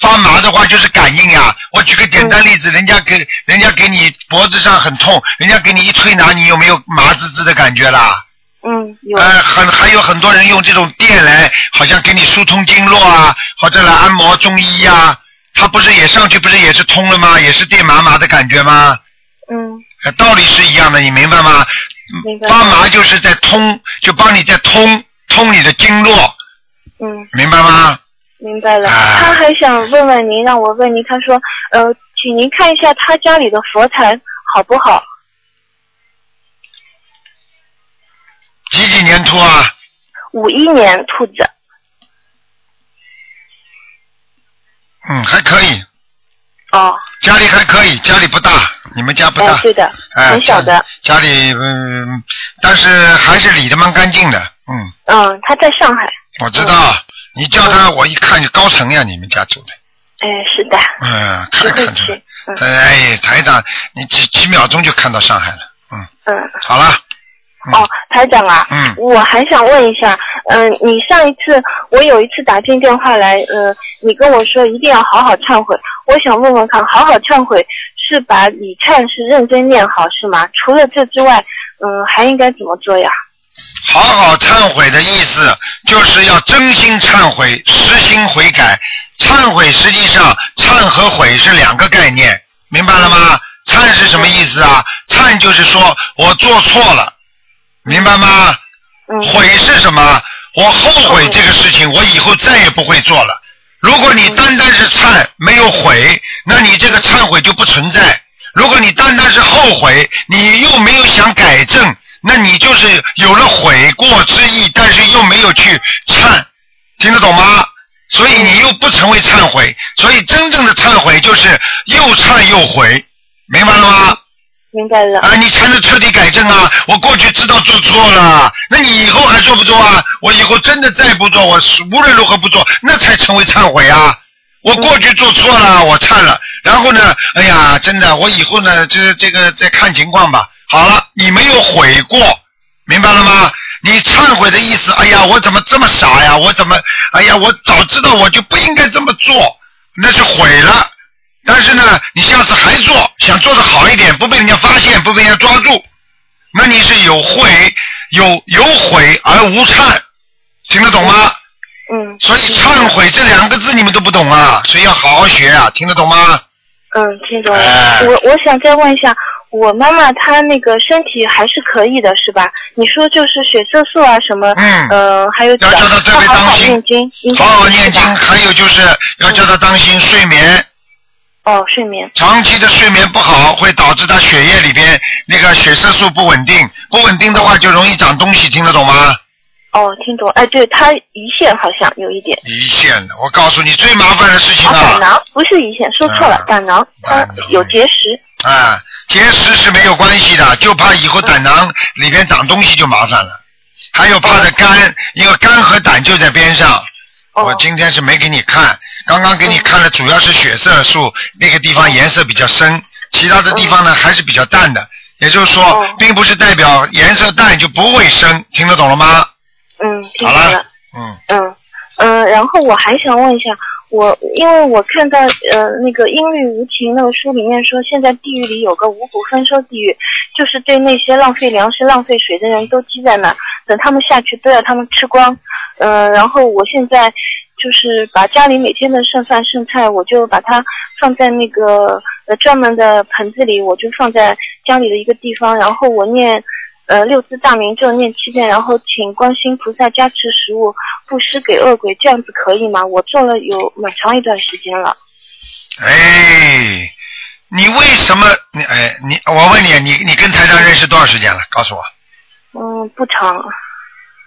Speaker 1: 发麻的话就是感应呀、我举个简单例
Speaker 5: 嗯
Speaker 1: 子，人家给人家给你脖子上很痛，人家给你一推拿，你有没有麻滋滋的感觉啦？
Speaker 5: 嗯，有。
Speaker 1: 呃，很还有很多人用这种电来，好像给你疏通经络啊，或者来按摩中医呀、他不是也上去不是也是通了吗？也是电麻麻的感觉吗？
Speaker 5: 嗯
Speaker 1: 呃道理是一样的，你明白吗？
Speaker 5: 明白
Speaker 1: 发麻就是在通，就帮你在通通你的经络，
Speaker 5: 嗯，
Speaker 1: 明白吗？
Speaker 5: 明白了。
Speaker 1: 哎
Speaker 5: 他还想问问您，让我问您，他说，呃，请您看一下他家里的佛台好不好？
Speaker 1: 几几年出啊？
Speaker 5: 五一年兔子，
Speaker 1: 嗯，还可以，
Speaker 5: 哦，
Speaker 1: 家里还可以，家里不大，你们家不大，
Speaker 5: 哦，对的，
Speaker 1: 哎，
Speaker 5: 很小的，
Speaker 1: 家里，家里嗯，但是还是理的蛮干净的，嗯，
Speaker 5: 嗯，他在上海，
Speaker 1: 我知道，
Speaker 5: 哦
Speaker 1: 你叫他，我一看就高层呀，你们家住的，
Speaker 5: 哎，是的，
Speaker 1: 嗯，
Speaker 5: 不
Speaker 1: 看
Speaker 5: 会
Speaker 1: 看出
Speaker 5: 去嗯
Speaker 1: 来，，哎，台长，你几几秒钟就看到上海了，嗯，
Speaker 5: 嗯，
Speaker 1: 好了，嗯
Speaker 5: 哦，台长啊，
Speaker 1: 嗯
Speaker 5: 我还想问一下，嗯、你上一次我有一次打进电话来，呃，你跟我说一定要好好忏悔，我想问问看，好好忏悔是把礼忏是认真念好是吗？除了这之外，嗯、还应该怎么做呀？
Speaker 1: 好好忏悔的意思就是要真心忏悔，实心悔改。忏悔实际上忏和悔是两个概念，明白了吗？忏是什么意思啊？忏就是说我做错了，明白吗？
Speaker 5: 嗯，
Speaker 1: 悔是什么？我后悔这个事情，我以后再也不会做了。如果你单单是忏没有悔，那你这个忏悔就不存在。如果你单单是后悔，你又没有想改正，那你就是有了悔过之意，但是又没有去忏，听得懂吗？所以你又不成为忏悔，所以真正的忏悔就是又忏又悔，明白了吗？
Speaker 5: 明白了。
Speaker 1: 啊，你才能彻底改正啊！我过去知道做错了，那你以后还做不做啊？我以后真的再不做，我是无论如何不做，那才成为忏悔啊！我过去做错了，我忏了，然后呢，哎呀，真的，我以后呢，这这个再看情况吧。好了，你没有悔过，明白了吗？你忏悔的意思，哎呀，我怎么这么傻呀？我怎么，哎呀，我早知道我就不应该这么做，那是悔了。但是呢，你下次还做，想做的好一点，不被人家发现，不被人家抓住，那你是有悔，有有悔而无忏，听得懂吗？
Speaker 5: 嗯
Speaker 1: 所以忏悔这两个字你们都不懂啊，所以要好好学啊，听得懂吗？
Speaker 5: 嗯，听懂了。
Speaker 1: 哎
Speaker 5: 我我想再问一下，我妈妈她那个身体还是可以的，是吧？你说就是血色素啊什么，
Speaker 1: 嗯
Speaker 5: 呃，还有
Speaker 1: 要叫她特别
Speaker 5: 好
Speaker 1: 当
Speaker 5: 好
Speaker 1: 心
Speaker 5: 念经，应该
Speaker 1: 好好
Speaker 5: 是
Speaker 1: 念经，
Speaker 5: 吧
Speaker 1: 还有就是要叫他当心睡眠，
Speaker 5: 哦，睡眠。
Speaker 1: 长期的睡眠不好会导致他血液里边那个血色素不稳定，不稳定的话就容易长东西，听得懂吗？
Speaker 5: 哦，听懂。哎，对，她胰腺好像有一点，
Speaker 1: 胰腺，我告诉你最麻烦的事情
Speaker 5: 哦，
Speaker 1: 啊
Speaker 5: 胆，囊不是胰腺，说错了
Speaker 1: 啊，
Speaker 5: 胆囊它
Speaker 1: 胆囊
Speaker 5: 有结石。
Speaker 1: 啊，结石是没有关系的，就怕以后胆囊里边长东西就麻烦了。还有怕的肝，因为肝和胆就在边上。我
Speaker 5: 哦，
Speaker 1: 今天是没给你看，刚刚给你看的主要是血色素那个地
Speaker 5: 哦
Speaker 1: 方颜色比较深，其他的地方呢还是比较淡的。也就是说
Speaker 5: 哦，
Speaker 1: 并不是代表颜色淡就不会生，听得懂了吗？
Speaker 5: 嗯，听
Speaker 1: 好
Speaker 5: 懂了
Speaker 1: 了。，嗯，
Speaker 5: 嗯嗯，然后我还想问一下，我因为我看到呃那个《音律无情》那个书里面说，现在地狱里有个五谷丰收地狱，就是对那些浪费粮食、浪费水的人都积在那，等他们下去都要他们吃光。嗯，然后我现在就是把家里每天的剩饭剩菜，我就把它放在那个呃专门的盆子里，我就放在家里的一个地方，然后我念。呃，六字大明咒念七遍，然后请观世音菩萨加持食物，布施给恶鬼，这样子可以吗？我做了有蛮长一段时间了。
Speaker 1: 哎，你为什么？你哎，你我问你，你你跟台长认识多少时间了？告诉我。
Speaker 5: 嗯，不长。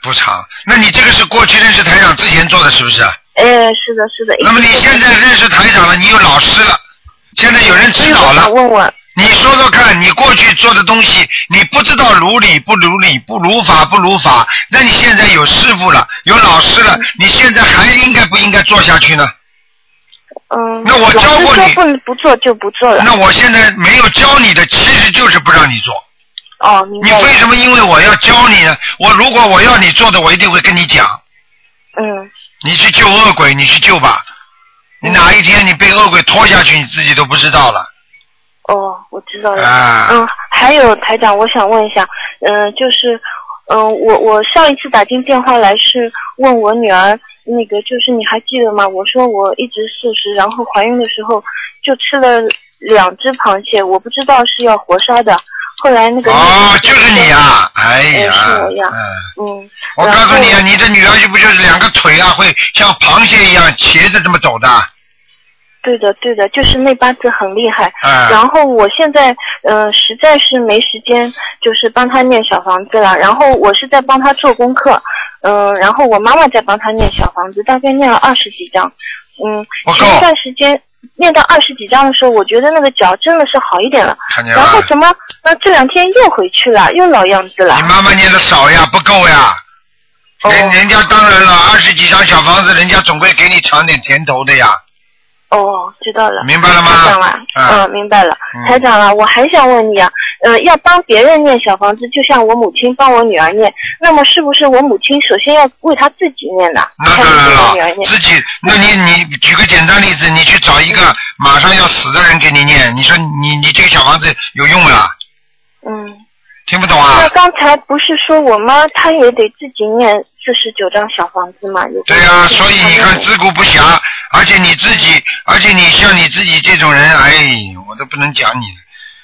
Speaker 1: 不长，那你这个是过去认识台长之前做的，是不是？
Speaker 5: 哎，是的，是的。
Speaker 1: 那么你现在认识台长了，你有老师了，现在有人指导了
Speaker 5: 想，问问，
Speaker 1: 你说说看，你过去做的东西，你不知道如理不如理，不如法不如法，那你现在有师傅了，有老师了，你现在还应该不应该做下去呢？
Speaker 5: 嗯，
Speaker 1: 那我
Speaker 5: 老
Speaker 1: 教
Speaker 5: 师
Speaker 1: 过你
Speaker 5: 说不不做就不做了。
Speaker 1: 那我现在没有教你的，其实就是不让你做。
Speaker 5: 哦，明
Speaker 1: 你
Speaker 5: 白了。
Speaker 1: 为什么因为我要教你呢？我如果我要你做的，我一定会跟你讲。
Speaker 5: 嗯
Speaker 1: 你去救恶鬼，你去救吧。你哪一天你被恶鬼拖下去，你自己都不知道了
Speaker 5: 哦，我知道了。
Speaker 1: 啊！
Speaker 5: 嗯，还有台长，我想问一下，嗯、就是，嗯、我我上一次打进电话来是问我女儿，那个就是你还记得吗？我说我一直素食，然后怀孕的时候就吃了两只螃蟹，我不知道是要活杀的。后来那个
Speaker 1: 哦，就是你啊！哎呀，
Speaker 5: 哎是我呀
Speaker 1: 嗯，
Speaker 5: 嗯，
Speaker 1: 我告诉你啊，
Speaker 5: 然后
Speaker 1: 你这女儿就不就是两个腿啊，会像螃蟹一样斜着这么走的啊？
Speaker 5: 对的对的，就是那八字很厉害。
Speaker 1: 啊嗯
Speaker 5: 然后我现在呃实在是没时间，就是帮他念小房子了。然后我是在帮他做功课，嗯、然后我妈妈在帮他念小房子，大概念了二十几章。嗯，
Speaker 1: 不够
Speaker 5: 前一段时间念到二十几章的时候，我觉得那个脚真的是好一点了。
Speaker 1: 看见
Speaker 5: 然后
Speaker 1: 了？
Speaker 5: 怎么那这两天又回去了，又老样子了
Speaker 1: 你。妈妈念的少呀，不够呀。
Speaker 5: 哦
Speaker 1: 人人家当然了，二十几张小房子，人家总归给你尝点甜头的呀，
Speaker 5: 哦，知道了。
Speaker 1: 明白了
Speaker 5: 台长
Speaker 1: 吗？
Speaker 5: 啊，
Speaker 1: 嗯
Speaker 5: 嗯，明白了
Speaker 1: 嗯，
Speaker 5: 台长啊，我还想问你啊，呃，要帮别人念小房子，就像我母亲帮我女儿念，那么是不是我母亲首先要为她自己念呢？
Speaker 1: 那
Speaker 5: 才
Speaker 1: 当然
Speaker 5: 能给我女儿
Speaker 1: 了，
Speaker 5: 念？
Speaker 1: 自己，那你你举个简单例子，你去找一个马上要死的人给你念，你说你你这个小房子有用不啦？
Speaker 5: 嗯，
Speaker 1: 听不懂啊
Speaker 5: 那？刚才不是说我妈她也得自己念四十九张小房子吗？有
Speaker 1: 对呀、
Speaker 5: 呀、
Speaker 1: 所以你看自顾不暇，而且你自己，而且你像你自己这种人，哎，我都不能讲你了。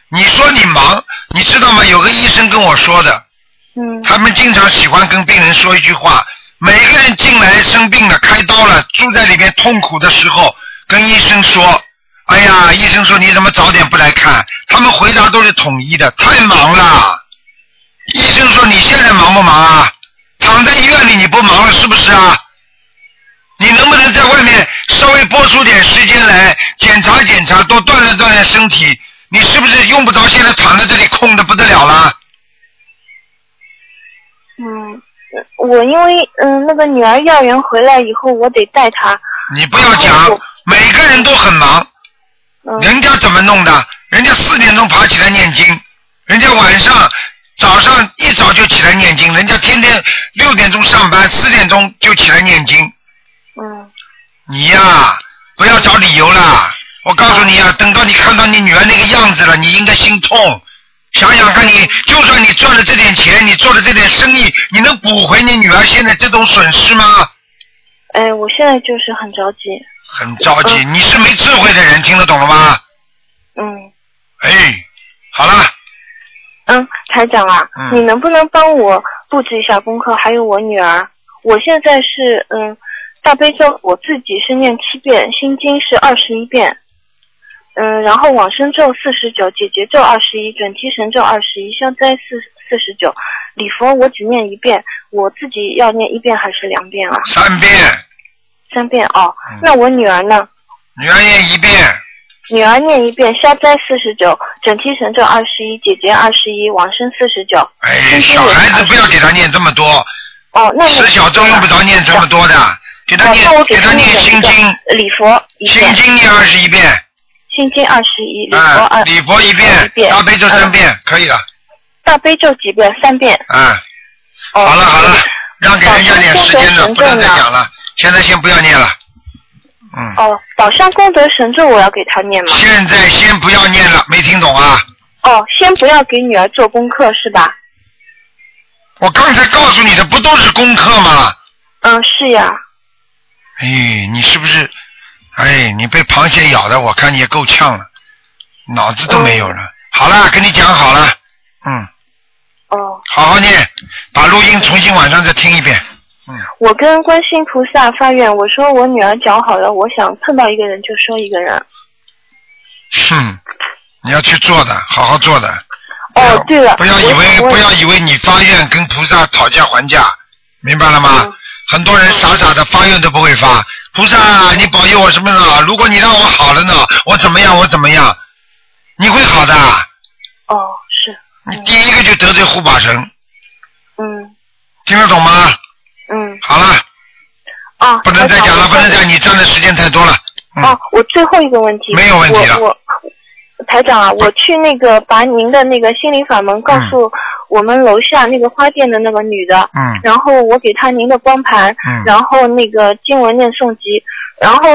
Speaker 1: 你说你忙，你知道吗？有个医生跟我说的，
Speaker 5: 嗯
Speaker 1: 他们经常喜欢跟病人说一句话：每个人进来生病了、开刀了、住在里面痛苦的时候，跟医生说：“哎呀，医生说你怎么早点不来看？”他们回答都是统一的：“太忙了。”医生说：“你现在忙不忙啊？躺在医院里你不忙了是不是啊？你能不能在外面稍微拨出点时间来检查检查，多锻炼锻炼身体？”你是不是用不着现在躺在这里空的不得了了？
Speaker 5: 嗯，我因为嗯那个女儿幼儿园回来以后，我得带她。
Speaker 1: 你不要讲
Speaker 5: 哦，
Speaker 1: 每个人都很忙，
Speaker 5: 嗯
Speaker 1: 人家怎么弄的？人家四点钟爬起来念经，人家晚上、早上一早就起来念经，人家天天六点钟上班，四点钟就起来念经。
Speaker 5: 嗯
Speaker 1: 你呀、不要找理由啦！我告诉你呀、等到你看到你女儿那个样子了，你应该心痛。想想看你，就算你赚了这点钱，你做了这点生意，你能补回你女儿现在这种损失吗？
Speaker 5: 哎，我现在就是很着急。
Speaker 1: 很着急，你是没智慧的人，听得懂了吗？
Speaker 5: 嗯
Speaker 1: 哎，好了，
Speaker 5: 嗯，台长啊，
Speaker 1: 嗯
Speaker 5: 你能不能帮我布置一下功课？还有我女儿，我现在是嗯大悲咒，我自己是念七遍，心经是二十一遍。嗯，然后往生咒四十九，解结咒二十一，准提神咒二十一，消灾四四十九，礼佛我只念一遍，我自己要念一遍还是两遍啊？
Speaker 1: 三遍，
Speaker 5: 三遍哦
Speaker 1: 嗯。
Speaker 5: 那我女儿呢？
Speaker 1: 女儿念一遍，
Speaker 5: 女儿念一遍消灾四十九，准提神咒二十一，解结二十一，往生四十九。
Speaker 1: 哎，
Speaker 5: 今天
Speaker 1: 小
Speaker 5: 我
Speaker 1: 孩子不要给他念这么多，
Speaker 5: 哦，那我
Speaker 1: 十小周用不着念这么多的，给他
Speaker 5: 哦，那
Speaker 1: 念
Speaker 5: 我
Speaker 1: 给他
Speaker 5: 她
Speaker 1: 念
Speaker 5: 一
Speaker 1: 心
Speaker 5: 个
Speaker 1: 经，
Speaker 5: 礼佛一
Speaker 1: 心
Speaker 5: 遍，
Speaker 1: 经念二十一遍，
Speaker 5: 心经二十一，礼佛
Speaker 1: 啊，
Speaker 5: 二，
Speaker 1: 礼佛一
Speaker 5: 一
Speaker 1: 遍，
Speaker 5: 遍嗯
Speaker 1: 大悲咒三遍，可以了，
Speaker 5: 大悲咒几遍？三遍。
Speaker 1: 啊，
Speaker 5: 哦，
Speaker 1: 好了好了，让给人家点时间了，不能再讲了，现在先不要念了，嗯，
Speaker 5: 哦，宝山功德神咒我要给她念吗？
Speaker 1: 现在先不要念了，没听懂啊？
Speaker 5: 哦，先不要给女儿做功课是吧？
Speaker 1: 我刚才告诉你的不都是功课吗？
Speaker 5: 嗯，是呀。
Speaker 1: 哎，你是不是？哎，你被螃蟹咬的，我看你也够呛了，脑子都没有了。好了，跟你讲好了，嗯，
Speaker 5: 哦，
Speaker 1: 好好念，把录音重新晚上再听一遍。
Speaker 5: 我跟观世音菩萨发愿，我说我女儿脚好了，我想碰到一个人就说一个人。
Speaker 1: 哼，你要去做的，好好做的。
Speaker 5: 哦，对了，
Speaker 1: 不要以为
Speaker 5: 我
Speaker 1: 不要以为你发愿跟菩萨讨价还价，明白了吗？
Speaker 5: 嗯
Speaker 1: 很多人傻傻的发愿都不会发，菩萨你保佑我什么呢？如果你让我好了呢，我怎么样我怎么样，你会好的。
Speaker 5: 哦，是，
Speaker 1: 你第一个就得罪护法神，
Speaker 5: 嗯
Speaker 1: 听得懂吗？
Speaker 5: 嗯，
Speaker 1: 好了，
Speaker 5: 啊，
Speaker 1: 不能再讲了，
Speaker 5: 台长
Speaker 1: 不能再，你占的时间太多了。嗯，
Speaker 5: 哦，我最后一个问题，
Speaker 1: 没有问题了
Speaker 5: 我我台长啊，我去那个把您的那个心灵法门告诉我们楼下那个花店的那个女的，
Speaker 1: 嗯
Speaker 5: 然后我给她您的光盘，
Speaker 1: 嗯
Speaker 5: 然后那个经文念诵集，然后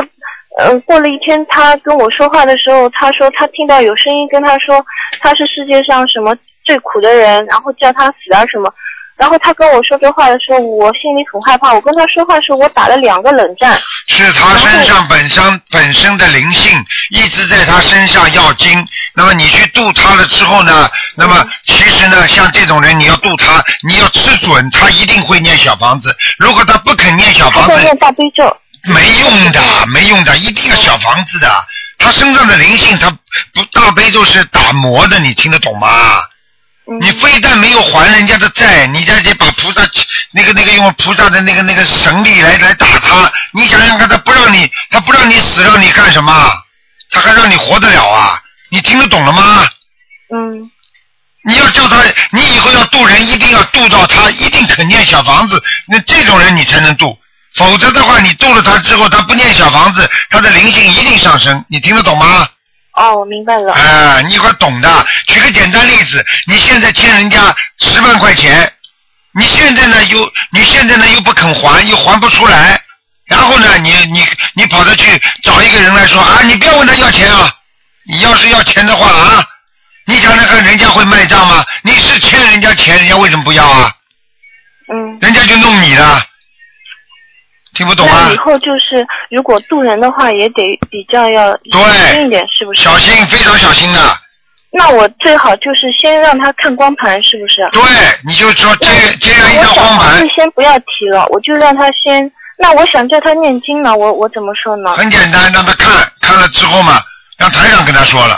Speaker 5: 呃过了一天，她跟我说话的时候，她说她听到有声音跟她说她是世界上什么最苦的人，然后叫她死啊什么。然后她跟我说这话的时候，我心里很害怕。我跟她说话的时候，我打了两个冷战。
Speaker 1: 是他身上本身本身的灵性一直在他身上要经，那么你去度他了之后呢，那么
Speaker 5: 嗯
Speaker 1: 其实呢，像这种人你要度他，你要吃准他一定会念小房子。如果他不肯念小
Speaker 5: 她
Speaker 1: 房
Speaker 5: 在
Speaker 1: 子
Speaker 5: 念，大悲咒。
Speaker 1: 没用的，没用的，一定要小房子的。他身上的灵性，他不大悲咒是打磨的，你听得懂吗？
Speaker 5: 嗯
Speaker 1: 你非但没有还人家的债，你在这把菩萨那个那个用菩萨的那个那个神力来来打他，你想想看，他不让你，他不让你死，让你干什么？他还让你活得了啊？你听得懂了吗？
Speaker 5: 嗯
Speaker 1: 你要叫他，你以后要渡人，一定要渡到他一定肯念小房子，那这种人你才能渡，否则的话，你渡了他之后，他不念小房子，他的灵性一定上升，你听得懂吗？，
Speaker 5: 哦，我明白了。
Speaker 1: 哎，你快懂的。举个简单例子，你现在欠人家十万块钱，你现在呢又你现在呢又不肯还，又还不出来，然后呢你你你跑着去找一个人来说啊，你不要问他要钱啊，你要是要钱的话啊，你想想看人家会卖账吗？你是欠人家钱，人家为什么不要啊？
Speaker 5: 嗯，
Speaker 1: 人家就弄你了，听不懂啊？
Speaker 5: 那以后就是如果渡人的话，也得比较要小心一点，是不是？
Speaker 1: 小心，非常小心啊的。
Speaker 5: 那我最好就是先让他看光盘，是不是？
Speaker 1: 对，你就说接接上一
Speaker 5: 我
Speaker 1: 张
Speaker 5: 小
Speaker 1: 光
Speaker 5: 房
Speaker 1: 盘
Speaker 5: 子，先不要提了，我就让他先。那我想叫他念经呢，我我怎么说呢？
Speaker 1: 很简单，让他看看了之后嘛，让台长跟他说了，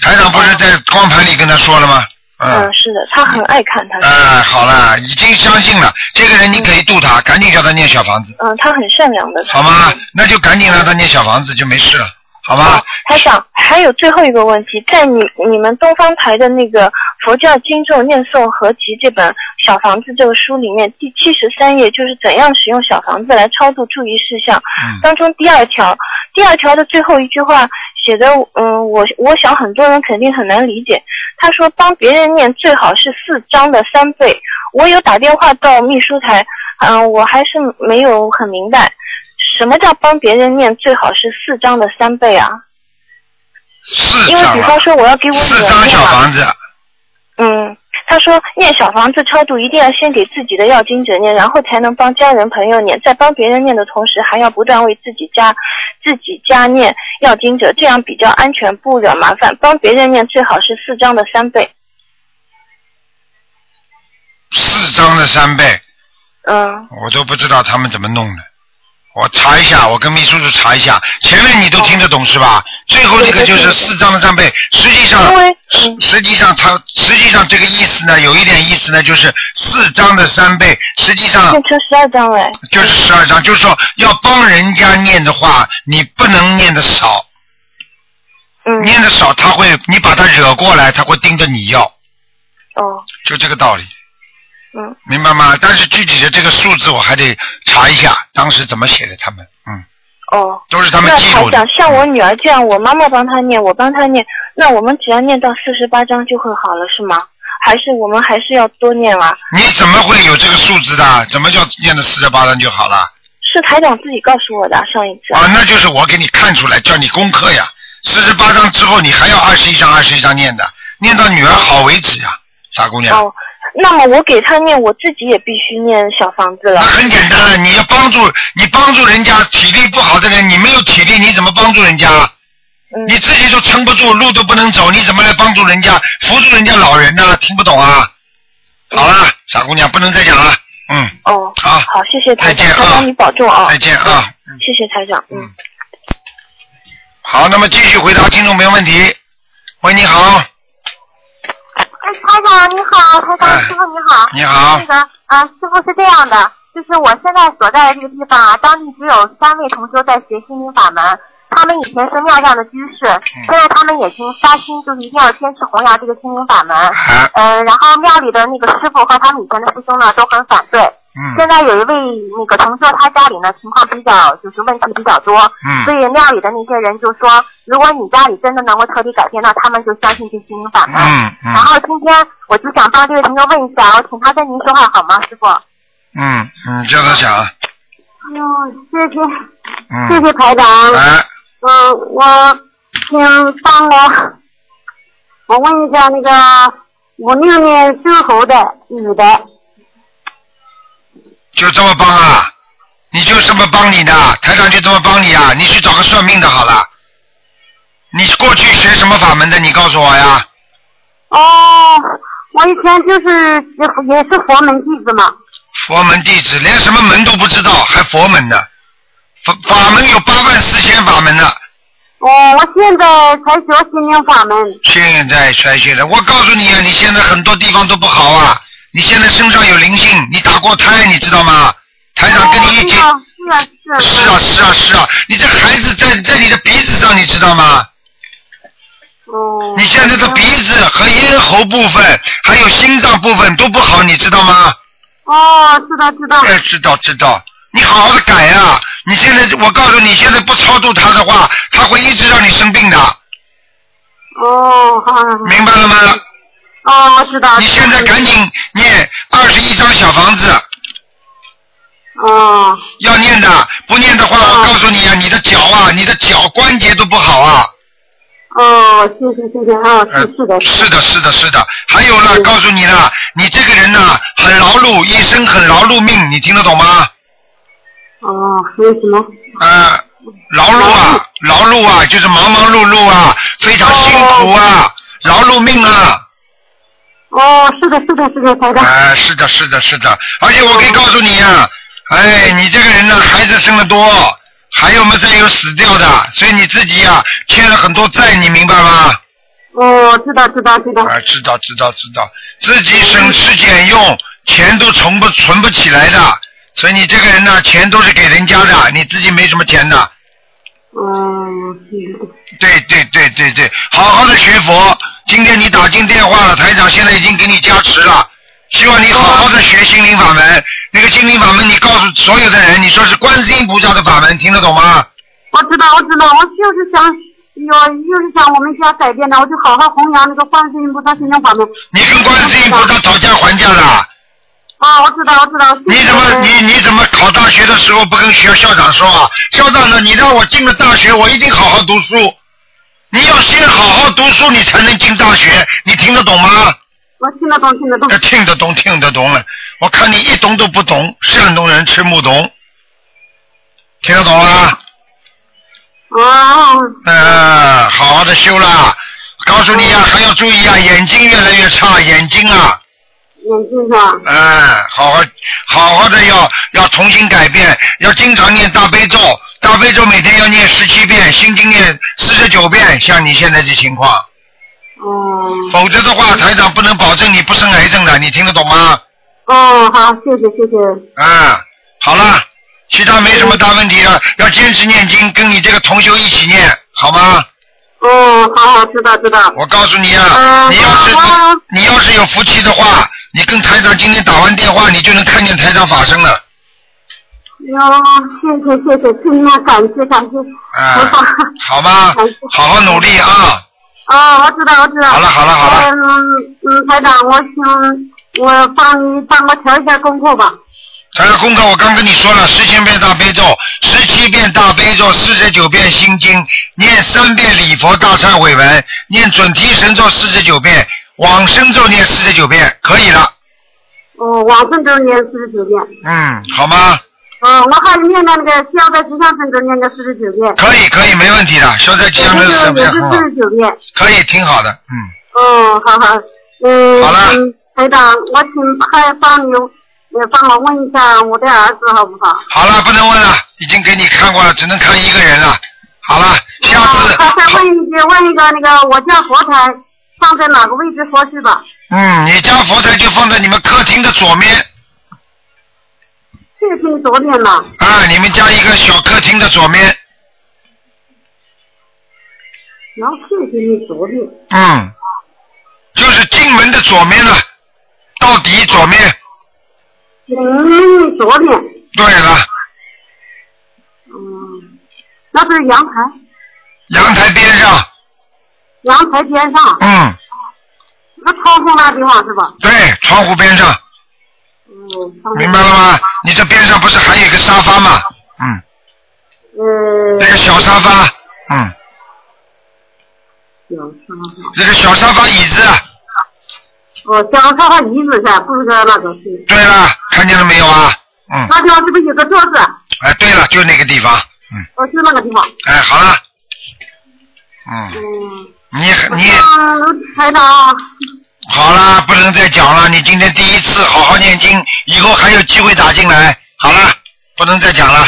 Speaker 1: 台长不是在光盘里跟他说了吗？嗯
Speaker 5: 嗯，，是的，他很爱看他
Speaker 1: 哎、。好了，已经相信了，这个人你可以渡他，赶紧叫他念小房子，
Speaker 5: 嗯嗯，他很善良的。
Speaker 1: 好吗？那就赶紧让他念小房子就没事了，好吧？
Speaker 5: 哦台长，还有最后一个问题，在你你们东方台的那个《佛教经咒念诵合集》这本《小房子》这个书里面，第七十三页就是怎样使用小房子来超度注意事项
Speaker 1: 嗯
Speaker 5: 当中第二条，第二条的最后一句话写的，嗯，我我想很多人肯定很难理解。他说帮别人念最好是四章的三倍。我有打电话到秘书台，嗯、我还是没有很明白，什么叫帮别人念最好是四章的三倍啊？
Speaker 1: 四
Speaker 5: 因为
Speaker 1: 张
Speaker 5: 比方
Speaker 1: 啊，
Speaker 5: 说我要给我
Speaker 1: 四
Speaker 5: 女儿
Speaker 1: 张
Speaker 5: 念
Speaker 1: 小
Speaker 5: 嘛，
Speaker 1: 房子，
Speaker 5: 嗯，他说念小房子超度一定要先给自己的要经者念，然后才能帮家人朋友念，在帮别人念的同时，还要不断为自己家自己家念要经者，这样比较安全，不惹麻烦。帮别人念最好是四章的三倍。
Speaker 1: 四张的三倍，
Speaker 5: 嗯，
Speaker 1: 我都不知道他们怎么弄的。我查一下，我跟秘书处查一下。前面你都听得懂是
Speaker 5: 嗯
Speaker 1: 吧？最后这个就是四张的三倍。实际上
Speaker 5: 因，为
Speaker 1: 实
Speaker 5: 嗯
Speaker 1: 实际上它实际上这个意思呢，有一点意思呢，就是四张的三倍，实际上
Speaker 5: 变成十二章了哎。
Speaker 1: 就是十二张。就是说，要帮人家念的话，你不能念的少，
Speaker 5: 嗯，
Speaker 1: 念的少他会，你把他惹过来，他会盯着你要，
Speaker 5: 哦，
Speaker 1: 就这个道理。
Speaker 5: 嗯，
Speaker 1: 明白吗？但是具体的这个数字我还得查一下，当时怎么写的他们，嗯，
Speaker 5: 哦。
Speaker 1: 都是他们
Speaker 5: 那
Speaker 1: 记
Speaker 5: 台
Speaker 1: 录的。
Speaker 5: 长，像我女儿这样，我妈妈帮她念，我帮她念，那我们只要念到四十八章就会好了，是吗？还是我们还是要多念啊？
Speaker 1: 你怎么会有这个数字的？怎么叫念的四十八章就好了？
Speaker 5: 是台长自己告诉我的，上一次。哦
Speaker 1: 啊，那就是我给你看出来，叫你功课呀。四十八章之后，你还要二十一章、二十一章念的，念到女儿好为止呀，傻姑娘。
Speaker 5: 哦，那么我给她念，我自己也必须念小房子了
Speaker 1: 那。很简单，你要帮助你帮助人家体力不好的人，你没有体力你怎么帮助人家？啊
Speaker 5: 嗯
Speaker 1: 你自己都撑不住，路都不能走，你怎么来帮助人家、扶助人家老人呢？听不懂啊？好了，傻姑娘，不能再讲了。嗯，
Speaker 5: 哦，
Speaker 1: 好，
Speaker 5: 好，谢谢台长，
Speaker 1: 再见啊
Speaker 5: 台长你保重啊
Speaker 1: 再，见啊。
Speaker 5: 谢谢台长，嗯。
Speaker 1: 好，那么继续回答听众朋友问题。喂，你好，
Speaker 6: 哎，台长你好，台长
Speaker 1: 哎
Speaker 6: 师傅你好。
Speaker 1: 你好
Speaker 6: 那，个啊，师傅是这样的，就是我现在所在的这个地方啊，当地只有三位同修在学心灵法门。他们以前是庙上的居士，
Speaker 1: 嗯
Speaker 6: 现在他们也经发心，就是一定要坚持弘扬这个心灵法门。
Speaker 1: 啊，
Speaker 6: 呃，然后庙里的那个师傅和他们以前的师兄呢都很反对。
Speaker 1: 嗯
Speaker 6: 现在有一位那个同修，他家里呢情况比较就是问题比较多，所
Speaker 1: 嗯
Speaker 6: 以庙里的那些人就说，如果你家里真的能够彻底改变，那他们就相信这心灵法门。
Speaker 1: 嗯
Speaker 6: 然
Speaker 1: 嗯
Speaker 6: 后今天我就想帮这位同学问一下，我请他跟您说话好吗，师傅？
Speaker 1: 嗯嗯，叫他讲，
Speaker 6: 嗯，谢谢，
Speaker 1: 嗯，
Speaker 6: 谢台长。
Speaker 1: 哎，
Speaker 6: 嗯，我请帮我，我问一下那个五六年属猴的女的，
Speaker 1: 就这么帮啊？你就这么帮你的，台长就这么帮你啊？你去找个算命的好了。你过去学什么法门的？你告诉我呀。
Speaker 6: 哦，我以前就是也是佛门弟子嘛。
Speaker 1: 佛门弟子连什么门都不知道，还佛门呢？法法门有八万四千法门呢。
Speaker 6: 哦，我现在才学心灵法门。
Speaker 1: 现在衰竭了，我告诉你啊，你现在很多地方都不好啊，你现在身上有灵性，你打过胎，你知道吗？台长跟你一起，
Speaker 6: 哦是啊，是啊，
Speaker 1: 是
Speaker 6: 是
Speaker 1: 啊是啊是啊，你这孩子在在你的鼻子上，你知道吗？
Speaker 6: 哦，
Speaker 1: 啊你现在的鼻子和咽喉部分，还有心脏部分都不好，你知道吗？
Speaker 6: 哦，知道知道。
Speaker 1: 哎，知道知道，你好好的改啊！你现在我告诉你，现在不超度他的话，他会一直让你生病的，
Speaker 6: 哦，好好好。
Speaker 1: 明白了吗？
Speaker 6: 哦，我知道。
Speaker 1: 你现在赶紧念二十一张小房子，
Speaker 6: 哦，
Speaker 1: 要念的，不念的话，
Speaker 6: 哦
Speaker 1: 我告诉你啊，你的脚啊，你的脚关节都不好啊。
Speaker 6: 哦，谢谢谢谢啊，是
Speaker 1: 呃
Speaker 6: 是的，
Speaker 1: 是的，是的，是的。还有呢，告诉你了，你这个人呢，很劳碌，一生很劳碌命，你听得懂吗？
Speaker 6: 哦，还有什么？
Speaker 1: 呃，劳碌啊，劳碌啊，就是忙忙碌碌啊，非常辛苦啊，劳碌命啊。
Speaker 6: 哦，是的，是的，是的，台长。
Speaker 1: 哎、是的，是的，是的，而且我可以告诉你啊，哎，你这个人呢，孩子生的多，还有嘛，再有死掉的，所以你自己呀、欠了很多债，你明白吗？
Speaker 6: 哦，知道，知道，知道
Speaker 1: 啊。，知道，知道，知道，自己省吃俭用，钱都存不存不起来的，所以你这个人呢，钱都是给人家的，你自己没什么钱的，
Speaker 6: 嗯，
Speaker 1: 对对对对对，好好的学佛。今天你打进电话了，台长现在已经给你加持了，希望你好好的学心灵法门。那个心灵法门，你告诉所有的人，你说是观世音菩萨的法门，听得懂吗？
Speaker 6: 我知道，我知道，我就是想，我就是想我们家改变的，我就好好弘扬那个观世音菩萨心灵法门。
Speaker 1: 你跟观世音菩萨讨价还价的，
Speaker 6: 啊，我知道，我知道。
Speaker 1: 你怎么你你怎么考大学的时候不跟学校校长说啊？校长呢？你让我进了大学，我一定好好读书。你要先好好读书，你才能进大学，你听得懂吗？
Speaker 6: 我听得懂，听得懂。
Speaker 1: 要听得懂，听得懂了。我看你一懂都不懂，山东人吃木懂，听得懂吗？
Speaker 6: 哦，
Speaker 1: 嗯，好好的修啦。告诉你啊，还要注意啊，眼睛越来越差，眼睛啊，
Speaker 6: 眼睛是吧？
Speaker 1: 嗯，好好好好的要要重新改变，要经常念大悲咒，大悲咒每天要念十七遍，心经念四十九遍，像你现在这情况，
Speaker 6: 哦，
Speaker 1: 否则的话，台长不能保证你不生癌症的，你听得懂吗？
Speaker 6: 哦，好，谢谢，谢谢。
Speaker 1: 嗯，好了，其他没什么大问题了，要坚持念经，跟你这个同修一起念，好吗？
Speaker 6: 哦，好好，知道，知道。
Speaker 1: 我告诉你啊，
Speaker 6: 嗯
Speaker 1: 你要是
Speaker 6: 好的
Speaker 1: 你要是有福气的话，你跟台长今天打完电话，你就能看见台长法身了。
Speaker 6: 哟，谢谢，谢谢，真的感谢，感谢。
Speaker 1: 啊
Speaker 6: 好，
Speaker 1: (laughs) 好吗
Speaker 6: 好的？
Speaker 1: 好好努力啊！
Speaker 6: 哦，我知道，我知道。
Speaker 1: 好了好了好了
Speaker 6: 嗯嗯，台长，我想我帮你帮我调一下功课吧。
Speaker 1: 台长功课我刚跟你说了，十千遍大悲咒，十七遍大悲咒，四十九遍心经，念三遍礼佛大忏悔文，念准提神咒四十九遍，往生咒念四十九遍，可以了。
Speaker 6: 哦，往生咒念四十九遍。
Speaker 1: 嗯，好吗？
Speaker 6: 嗯，我还念到那个需要在吉祥神咒念个四十九遍。
Speaker 1: 可以可以，没问题的。消灾吉祥咒
Speaker 6: 也
Speaker 1: 是不
Speaker 6: 是
Speaker 1: 是很好
Speaker 6: 四？十九遍。
Speaker 1: 嗯可以，挺好的。嗯。
Speaker 6: 哦，好好，嗯，
Speaker 1: 好了
Speaker 6: 嗯台长，我请还帮你，呃，帮我问一下我的儿子好不好？
Speaker 1: 好了，不能问了，已经给你看过了，只能看一个人了。好了，下次
Speaker 6: 啊他再问一句，问一个那个我家佛台放在哪个位置合适吧？
Speaker 1: 嗯，你家佛台就放在你们客厅的左面
Speaker 6: 这个听昨天呢，
Speaker 1: 啊，你们家一个小客厅的左面。
Speaker 6: 然后这个听昨天，
Speaker 1: 嗯，就是进门的左面了，到底左面。
Speaker 6: 嗯，昨天，
Speaker 1: 对了，
Speaker 6: 嗯，那是阳台，
Speaker 1: 阳台边上。
Speaker 6: 阳台边上，
Speaker 1: 嗯，
Speaker 6: 那窗户那地方是吧？
Speaker 1: 对，窗户边上，
Speaker 6: 嗯，窗户
Speaker 1: 明白了吗？你这边上不是还有一个沙发吗？嗯，
Speaker 6: 呃，
Speaker 1: 那个小沙发，嗯，
Speaker 6: 小沙发，
Speaker 1: 那个小沙发椅子。
Speaker 6: 哦，小沙发椅子噻，不是说那个是，
Speaker 1: 对了，看见了没有啊？嗯，
Speaker 6: 那地方是不是有个桌子？
Speaker 1: 哎，对了，就那个地方。嗯。
Speaker 6: 哦，就那个地方。
Speaker 1: 哎，好了，嗯，
Speaker 6: 嗯，
Speaker 1: 你
Speaker 6: 我
Speaker 1: 你
Speaker 6: 想嗯台长，啊
Speaker 1: 好了，不能再讲了。你今天第一次好好念经，以后还有机会打进来。好了，不能再讲了，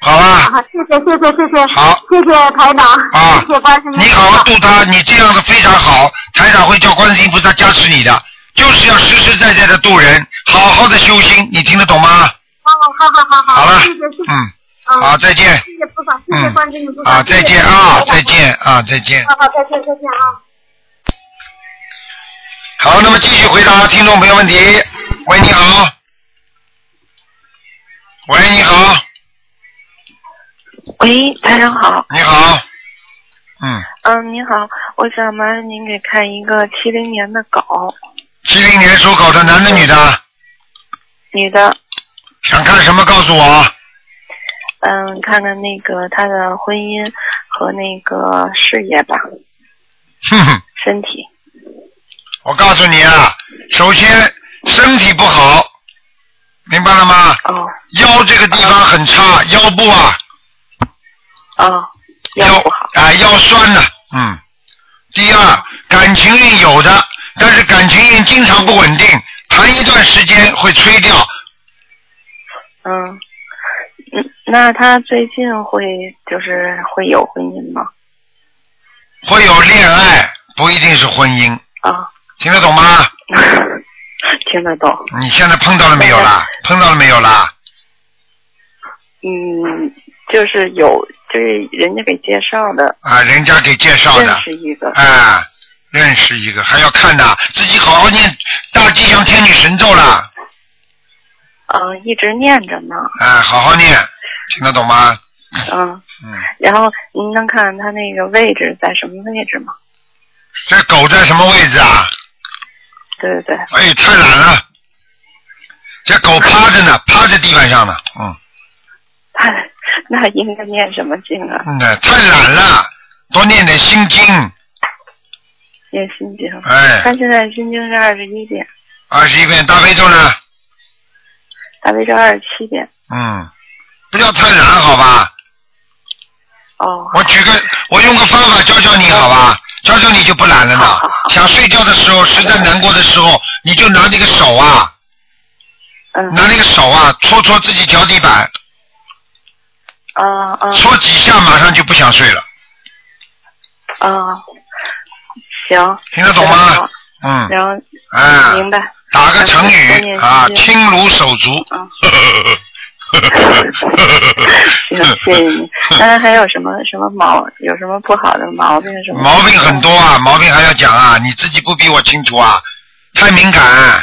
Speaker 1: 好吧？
Speaker 6: 啊谢谢谢谢谢谢，
Speaker 1: 好，
Speaker 6: 谢谢台长，
Speaker 1: 啊
Speaker 6: 谢谢关心，
Speaker 1: 你好好度他，你这样的非常好，台长会叫观世音菩萨加持你的，就是要实实在在的度人，好好的修心，你听得懂吗？
Speaker 6: 好好好好
Speaker 1: 好了
Speaker 6: 谢谢谢
Speaker 1: 嗯，
Speaker 6: 谢，嗯
Speaker 1: 好，再见，
Speaker 6: 谢谢菩萨，谢谢
Speaker 1: 嗯
Speaker 6: 关心，菩萨，
Speaker 1: 啊，
Speaker 6: 谢
Speaker 1: 再
Speaker 6: 谢
Speaker 1: 见啊，再，见啊，再见。
Speaker 6: 好好再见再见啊。
Speaker 1: 好，那么继续回答听众朋友问题。喂，你好。喂，你好，
Speaker 7: 喂，台长好，
Speaker 1: 你好。嗯，
Speaker 7: 嗯，您好，我想麻烦您给看一个七零年的狗，
Speaker 1: 七零年属狗的男的女的，
Speaker 7: 女的，
Speaker 1: 想看什么告诉我。
Speaker 7: 嗯，看看那个她的婚姻和那个事业吧，
Speaker 1: 哼哼，
Speaker 7: 身体，
Speaker 1: 我告诉你啊，首先身体不好，明白了吗？
Speaker 7: 哦
Speaker 1: 腰这个地方很差，腰部啊，
Speaker 7: 哦，
Speaker 1: 腰
Speaker 7: 腰不好，
Speaker 1: 啊、腰酸了。嗯。第二，感情运有的，但是感情运经常不稳定，谈一段时间会吹掉。
Speaker 7: 嗯，嗯，那她最近会就是会有婚姻吗？
Speaker 1: 会有恋爱，不一定是婚姻，
Speaker 7: 啊、
Speaker 1: 听得懂吗？
Speaker 7: 听得懂，
Speaker 1: 你现在碰到了没有啦？碰到了没有啦？
Speaker 7: 嗯，
Speaker 5: 就是有就是人家给介绍的，
Speaker 1: 啊，人家给介绍
Speaker 5: 认
Speaker 1: 的，
Speaker 5: 识一个，
Speaker 1: 啊，认识一个还要看的，自己好好念大吉祥天女神咒了，
Speaker 5: 嗯，一直念着呢，
Speaker 1: 啊，好好念，听得懂吗？
Speaker 5: 嗯，
Speaker 1: 嗯，
Speaker 5: 然后您能看他那个位置在什么位置吗？
Speaker 1: 这狗在什么位置啊？
Speaker 5: 对对对，
Speaker 1: 哎，太懒了，这狗趴着呢，趴在地板上呢，嗯，
Speaker 5: 他 (laughs) 那应该念什么经啊？
Speaker 1: 嗯对，太懒了，多念点心经，
Speaker 5: 念心经。他
Speaker 1: 哎，
Speaker 5: 现在心经是二十一遍，
Speaker 1: 二十一遍大悲咒呢，
Speaker 5: 大悲咒二十七遍。
Speaker 1: 嗯，不要太懒好吧？
Speaker 5: 哦，
Speaker 1: 我举个，我用个方法教教你好吧？教教你就不懒了呢
Speaker 5: 好好。好
Speaker 1: 想睡觉的时候，实在难过的时候，你就拿那个手啊，
Speaker 5: 嗯，
Speaker 1: 拿那个手啊，搓搓自己脚底板，
Speaker 5: 啊啊
Speaker 1: 搓几下，马上就不想睡了。
Speaker 5: 啊，行，
Speaker 1: 听得懂吗？嗯，
Speaker 5: 然后
Speaker 1: 哎，
Speaker 5: 明白。
Speaker 1: 打个成
Speaker 5: 多
Speaker 1: 语
Speaker 5: 念
Speaker 1: 啊，
Speaker 5: 心
Speaker 1: 轻如手足。
Speaker 5: 嗯
Speaker 1: (laughs)
Speaker 5: (laughs) 行，
Speaker 1: 嗯
Speaker 5: 谢谢你。刚才还有什么什么毛，有什么不好的毛病什么？
Speaker 1: 毛病很多啊，毛病还要讲啊，你自己不比我清楚啊，太敏感，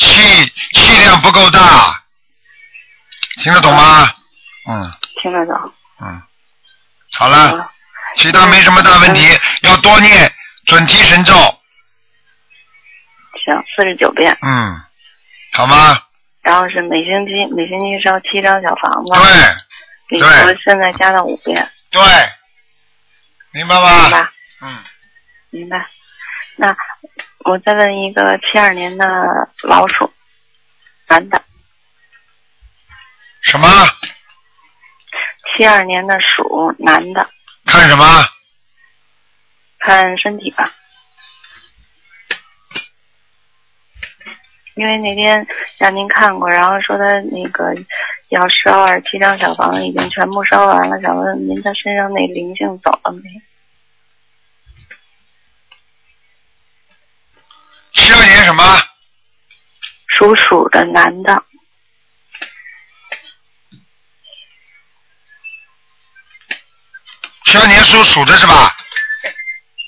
Speaker 1: 气气量不够大，听得懂吗？嗯
Speaker 5: 听得懂。
Speaker 1: 嗯，好了，
Speaker 5: 啊
Speaker 1: 其他没什么大问题，要多念准提神咒，
Speaker 5: 行，四十九遍，
Speaker 1: 嗯，好吗？
Speaker 5: 然后是每星期每星期烧七张小房子，
Speaker 1: 对
Speaker 5: 比如说现在加到五遍，
Speaker 1: 对，明白
Speaker 5: 明
Speaker 1: 吗？
Speaker 5: 白
Speaker 1: 嗯，
Speaker 5: 明白。那我再问一个七二年的老鼠，男的，
Speaker 1: 什么？
Speaker 5: 七二年的鼠，男的，
Speaker 1: 看什么？
Speaker 5: 看身体吧。因为那天让您看过，然后说他那个要烧二七张小房子已经全部烧完了，想问您他身上那灵性走了没？
Speaker 1: 七二年什么？
Speaker 5: 属鼠的男的，
Speaker 1: 七二年属鼠的是吧？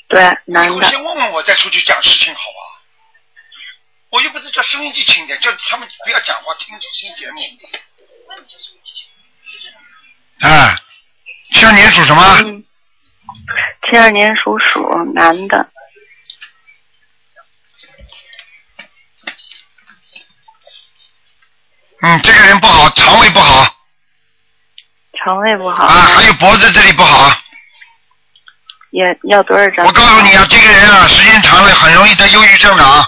Speaker 5: 对，男
Speaker 1: 我
Speaker 5: 的，
Speaker 1: 先问问我再出去讲事情好不好？我又不是叫收音机轻点，叫他们不要讲话，听听节目。哎，七二年属什么？
Speaker 5: 嗯，七二年属鼠，男的，
Speaker 1: 嗯，这个人不好，肠胃不好
Speaker 5: 肠胃不好，
Speaker 1: 啊，还有脖子这里不好。
Speaker 5: 也要多少张？
Speaker 1: 我告诉你啊，这个人啊，时间长了很容易得忧郁症的啊，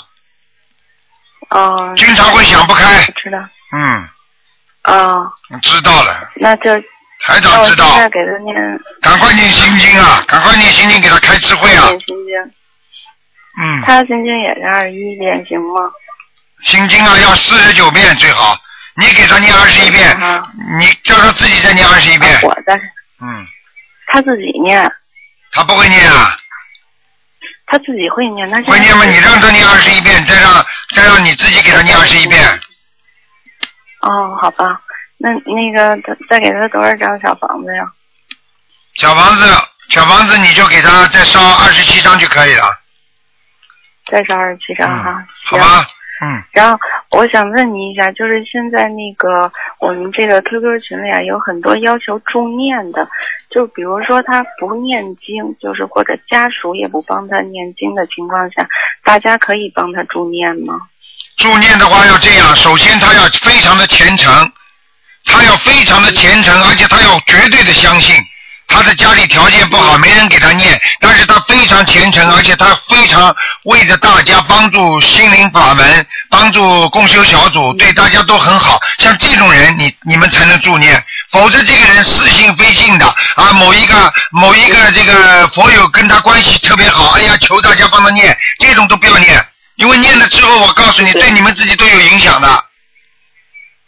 Speaker 5: 哦，
Speaker 1: 经常会想不开
Speaker 5: 我。知道，
Speaker 1: 嗯，
Speaker 5: 哦，
Speaker 1: 知道了，
Speaker 5: 那就
Speaker 1: 台
Speaker 5: 那
Speaker 1: 长
Speaker 5: 我
Speaker 1: 知
Speaker 5: 现
Speaker 1: 道，
Speaker 5: 在给他念
Speaker 1: 赶快念心经啊，赶快念心经给他开智慧啊。
Speaker 5: 念心经，
Speaker 1: 嗯，
Speaker 5: 他的心经也是二十一遍，行吗？
Speaker 1: 心经啊，要四十九遍最好。你给他念二十一遍，
Speaker 5: 啊，
Speaker 1: 你叫他自己再念二十一遍。
Speaker 5: 我的，
Speaker 1: 嗯，
Speaker 5: 他自己念，
Speaker 1: 他不会念啊，
Speaker 5: 他自己会念，那现在
Speaker 1: 会念吗？你让他念二十一遍，再让再让你自己给他念二十一遍。
Speaker 5: 哦，好吧，那那个他再给他多少张小房子呀？
Speaker 1: 小房子，小房子你就给他再烧二十七张就可以了，
Speaker 5: 再烧二十七张哈
Speaker 1: 嗯，好
Speaker 5: 行。
Speaker 1: 吧？嗯，
Speaker 5: 然后我想问你一下，就是现在那个我们这个 QQ 群里啊，有很多要求助念的，就比如说他不念经，就是或者家属也不帮他念经的情况下，大家可以帮他助念吗？
Speaker 1: 助念的话要这样，首先他要非常的虔诚，他要非常的虔诚，而且他要绝对的相信。他的家里条件不好，没人给他念，但是他非常虔诚，而且他非常为着大家帮助心灵法门，帮助共修小组，对大家都很好。像这种人，你你们才能助念，否则这个人似信非信的啊。某一个某一个这个佛友跟他关系特别好，哎呀，求大家帮他念，这种都不要念，因为念了之后，我告诉你，对你们自己都有影响的。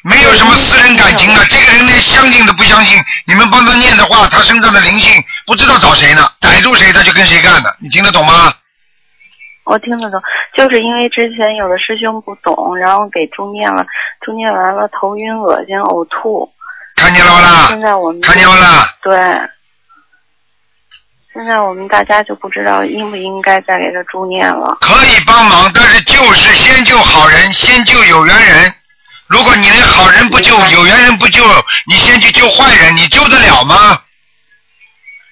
Speaker 1: 没有什么私人感情啊的，这个人连相信都不相信。你们帮他念的话，他身上的灵性不知道找谁呢，逮住谁他就跟谁干的，你听得懂吗？
Speaker 5: 我听得懂，就是因为之前有的师兄不懂，然后给助念了，助念完了头晕、恶心、呕吐，
Speaker 1: 看见了不啦？
Speaker 5: 现在我们
Speaker 1: 看见了啦？
Speaker 5: 对，现在我们大家就不知道应不应该再给他助念了。
Speaker 1: 可以帮忙，但是就是先救好人，先救有缘人。如果你连好人不救
Speaker 5: 明，白
Speaker 1: 有缘人不救，你先去救坏人，你救得了吗？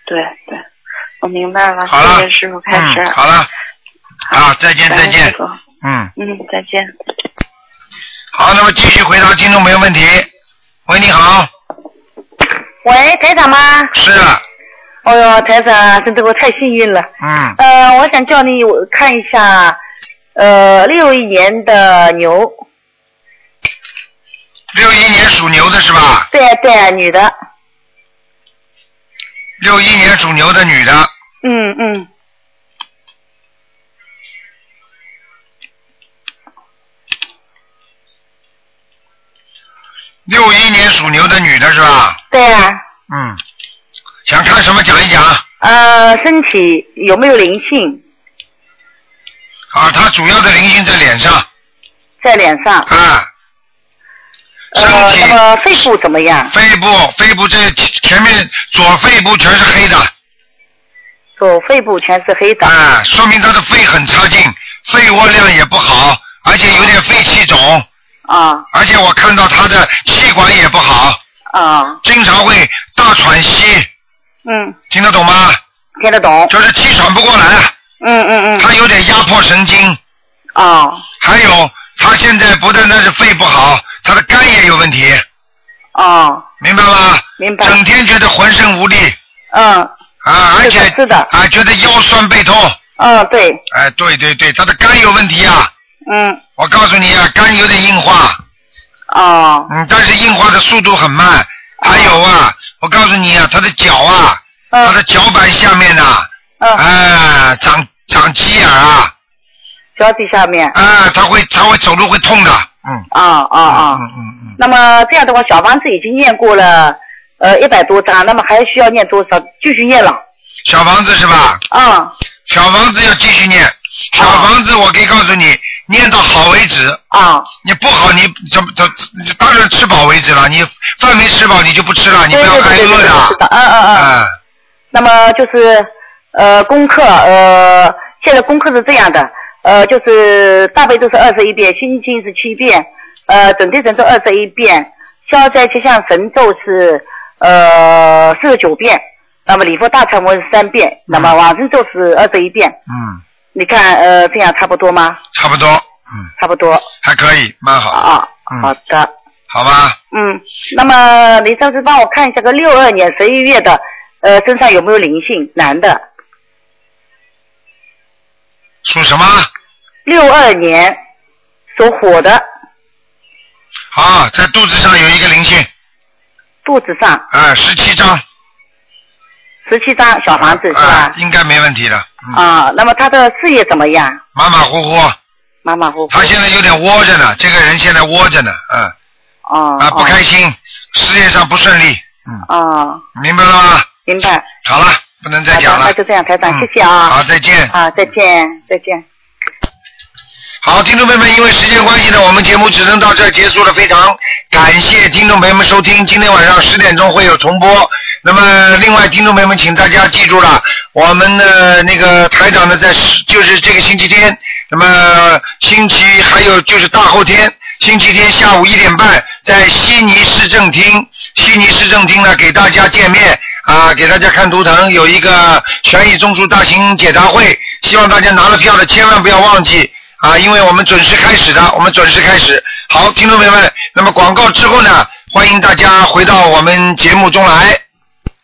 Speaker 5: 对对，我明白了，
Speaker 1: 好了
Speaker 5: 谢谢师傅开始。
Speaker 1: 嗯，好了，啊，再见
Speaker 5: 感
Speaker 1: 再
Speaker 5: 恩
Speaker 1: 见
Speaker 5: 师，傅
Speaker 1: 嗯，
Speaker 5: 嗯，再见。
Speaker 1: 好，那么继续回答听众朋友问题。喂，你好，
Speaker 2: 喂，台长吗？
Speaker 1: 是，啊
Speaker 2: 哎呦，台长，真的我太幸运了。
Speaker 1: 嗯，
Speaker 2: 呃，我想叫你我看一下，呃，六一年的牛，
Speaker 1: 六一年属牛的是吧？
Speaker 2: 对啊对啊，女的，
Speaker 1: 六一年属牛的女的，
Speaker 2: 嗯嗯，
Speaker 1: 六一年属牛的女的是吧？
Speaker 2: 对啊，
Speaker 1: 嗯，想看什么讲一讲
Speaker 2: 呃，身体有没有灵性
Speaker 1: 啊？她主要的灵性在脸上
Speaker 2: 在脸上？
Speaker 1: 啊，身
Speaker 2: 呃，
Speaker 1: 体
Speaker 2: 那么肺部怎么样？
Speaker 1: 肺部肺部这前面左肺部全是黑的
Speaker 2: 左哦肺部全是黑的。
Speaker 1: 啊，说明她的肺很差劲，肺活量也不好，而且有点肺气肿，
Speaker 2: 啊
Speaker 1: 而且我看到她的气管也不好，
Speaker 2: 啊，
Speaker 1: 经常会大喘息，
Speaker 2: 嗯，
Speaker 1: 听得懂吗？
Speaker 2: 听得懂。
Speaker 1: 就是气喘不过来，
Speaker 2: 嗯嗯嗯。
Speaker 1: 她有点压迫神经。
Speaker 2: 哦
Speaker 4: 啊
Speaker 1: 还有，他现在不单单是肺不好，他的肝也有问题，
Speaker 4: 啊
Speaker 2: 哦，
Speaker 1: 明白吗？
Speaker 2: 明白。
Speaker 1: 整天觉得浑身无力
Speaker 2: 嗯
Speaker 1: 啊，而
Speaker 2: 是的
Speaker 1: 且
Speaker 2: 是的
Speaker 1: 啊，觉得腰酸背痛。
Speaker 2: 嗯，对，
Speaker 1: 哎，对对对，他的肝有问题啊！
Speaker 2: 嗯
Speaker 1: 我告诉你啊，肝有点硬化，
Speaker 2: 哦
Speaker 1: 嗯，但是硬化的速度很慢。还有啊，我告诉你啊，他的脚啊，
Speaker 2: 嗯
Speaker 1: 他的脚板下面呐、
Speaker 2: 嗯，
Speaker 1: 哎，长长鸡眼啊，
Speaker 2: 脚底下面。
Speaker 1: 哎，他会他会走路会痛的，嗯，
Speaker 2: 啊啊啊！
Speaker 1: 嗯嗯嗯，
Speaker 2: 那么这样的话，小房子已经念过了，呃，一百多张，那么还需要念多少？继续念了。
Speaker 1: 小房子是吧？
Speaker 2: 啊
Speaker 1: 小房子要继续念，小房子我可以告诉你，念到好为止。
Speaker 2: 啊
Speaker 1: 你不好，你怎么怎么当然吃饱为止了。你饭没吃饱，你就不吃了，你
Speaker 2: 对
Speaker 1: 不
Speaker 2: 对
Speaker 1: 要
Speaker 2: 对
Speaker 1: 挨
Speaker 2: 对对，
Speaker 1: 饿
Speaker 2: 对是的，
Speaker 1: 的。
Speaker 2: 嗯嗯嗯。
Speaker 1: 啊，
Speaker 2: 那么就是呃，功课呃，现在功课是这样的，呃，就是大悲咒是二十一遍，心经是七遍，呃，准提神咒二十一遍，消灾吉祥神咒是呃四十九遍，那么礼佛大忏文是三遍，那么往生咒是二十一遍。
Speaker 1: 嗯，
Speaker 2: 你看，呃，这样差不多吗？
Speaker 1: 差不多，嗯，
Speaker 2: 差不多
Speaker 1: 还可以，蛮好，
Speaker 2: 啊，
Speaker 1: 嗯
Speaker 2: 好的，
Speaker 1: 好吧？
Speaker 2: 嗯。那么你上次帮我看一下个六二年十一月的，呃，身上有没有灵性？男的，
Speaker 1: 属什么？
Speaker 2: 六二年属火的，
Speaker 1: 啊，在肚子上有一个灵性，
Speaker 2: 肚子上
Speaker 1: 啊，十七张，
Speaker 2: 十七张小房子是
Speaker 1: 啊
Speaker 2: 吧，？
Speaker 1: 应该没问题的，嗯，
Speaker 2: 啊，那么他的事业怎么样？
Speaker 1: 马马虎虎，
Speaker 2: 马马虎虎。
Speaker 1: 他现在有点窝着呢，这个人现在窝着呢，嗯，
Speaker 2: 哦
Speaker 1: 啊，不开心，事业上不顺利，嗯，
Speaker 2: 哦哦，
Speaker 1: 明白了吗？
Speaker 2: 明白。
Speaker 1: 好了，不能再
Speaker 2: 好的
Speaker 1: 讲了。
Speaker 2: 那就这样，台长，
Speaker 1: 嗯
Speaker 2: 谢谢啊。
Speaker 1: 好，再见。
Speaker 2: 好，再见，再见。
Speaker 1: 好，听众朋友们，因为时间关系呢，我们节目只能到这儿结束了。非常感谢听众朋友们收听，今天晚上十点钟会有重播。那么，另外听众朋友们，请大家记住了，我们的那个台长呢，在十就是这个星期天，那么星期还有就是大后天。星期天下午一点半，在悉尼市政厅，悉尼市政厅呢给大家见面啊，给大家看图腾，有一个悬疑综述大型解答会，希望大家拿了票的千万不要忘记啊，因为我们准时开始的，我们准时开始。好，听众朋友们，那么广告之后呢，欢迎大家回到我们节目中来。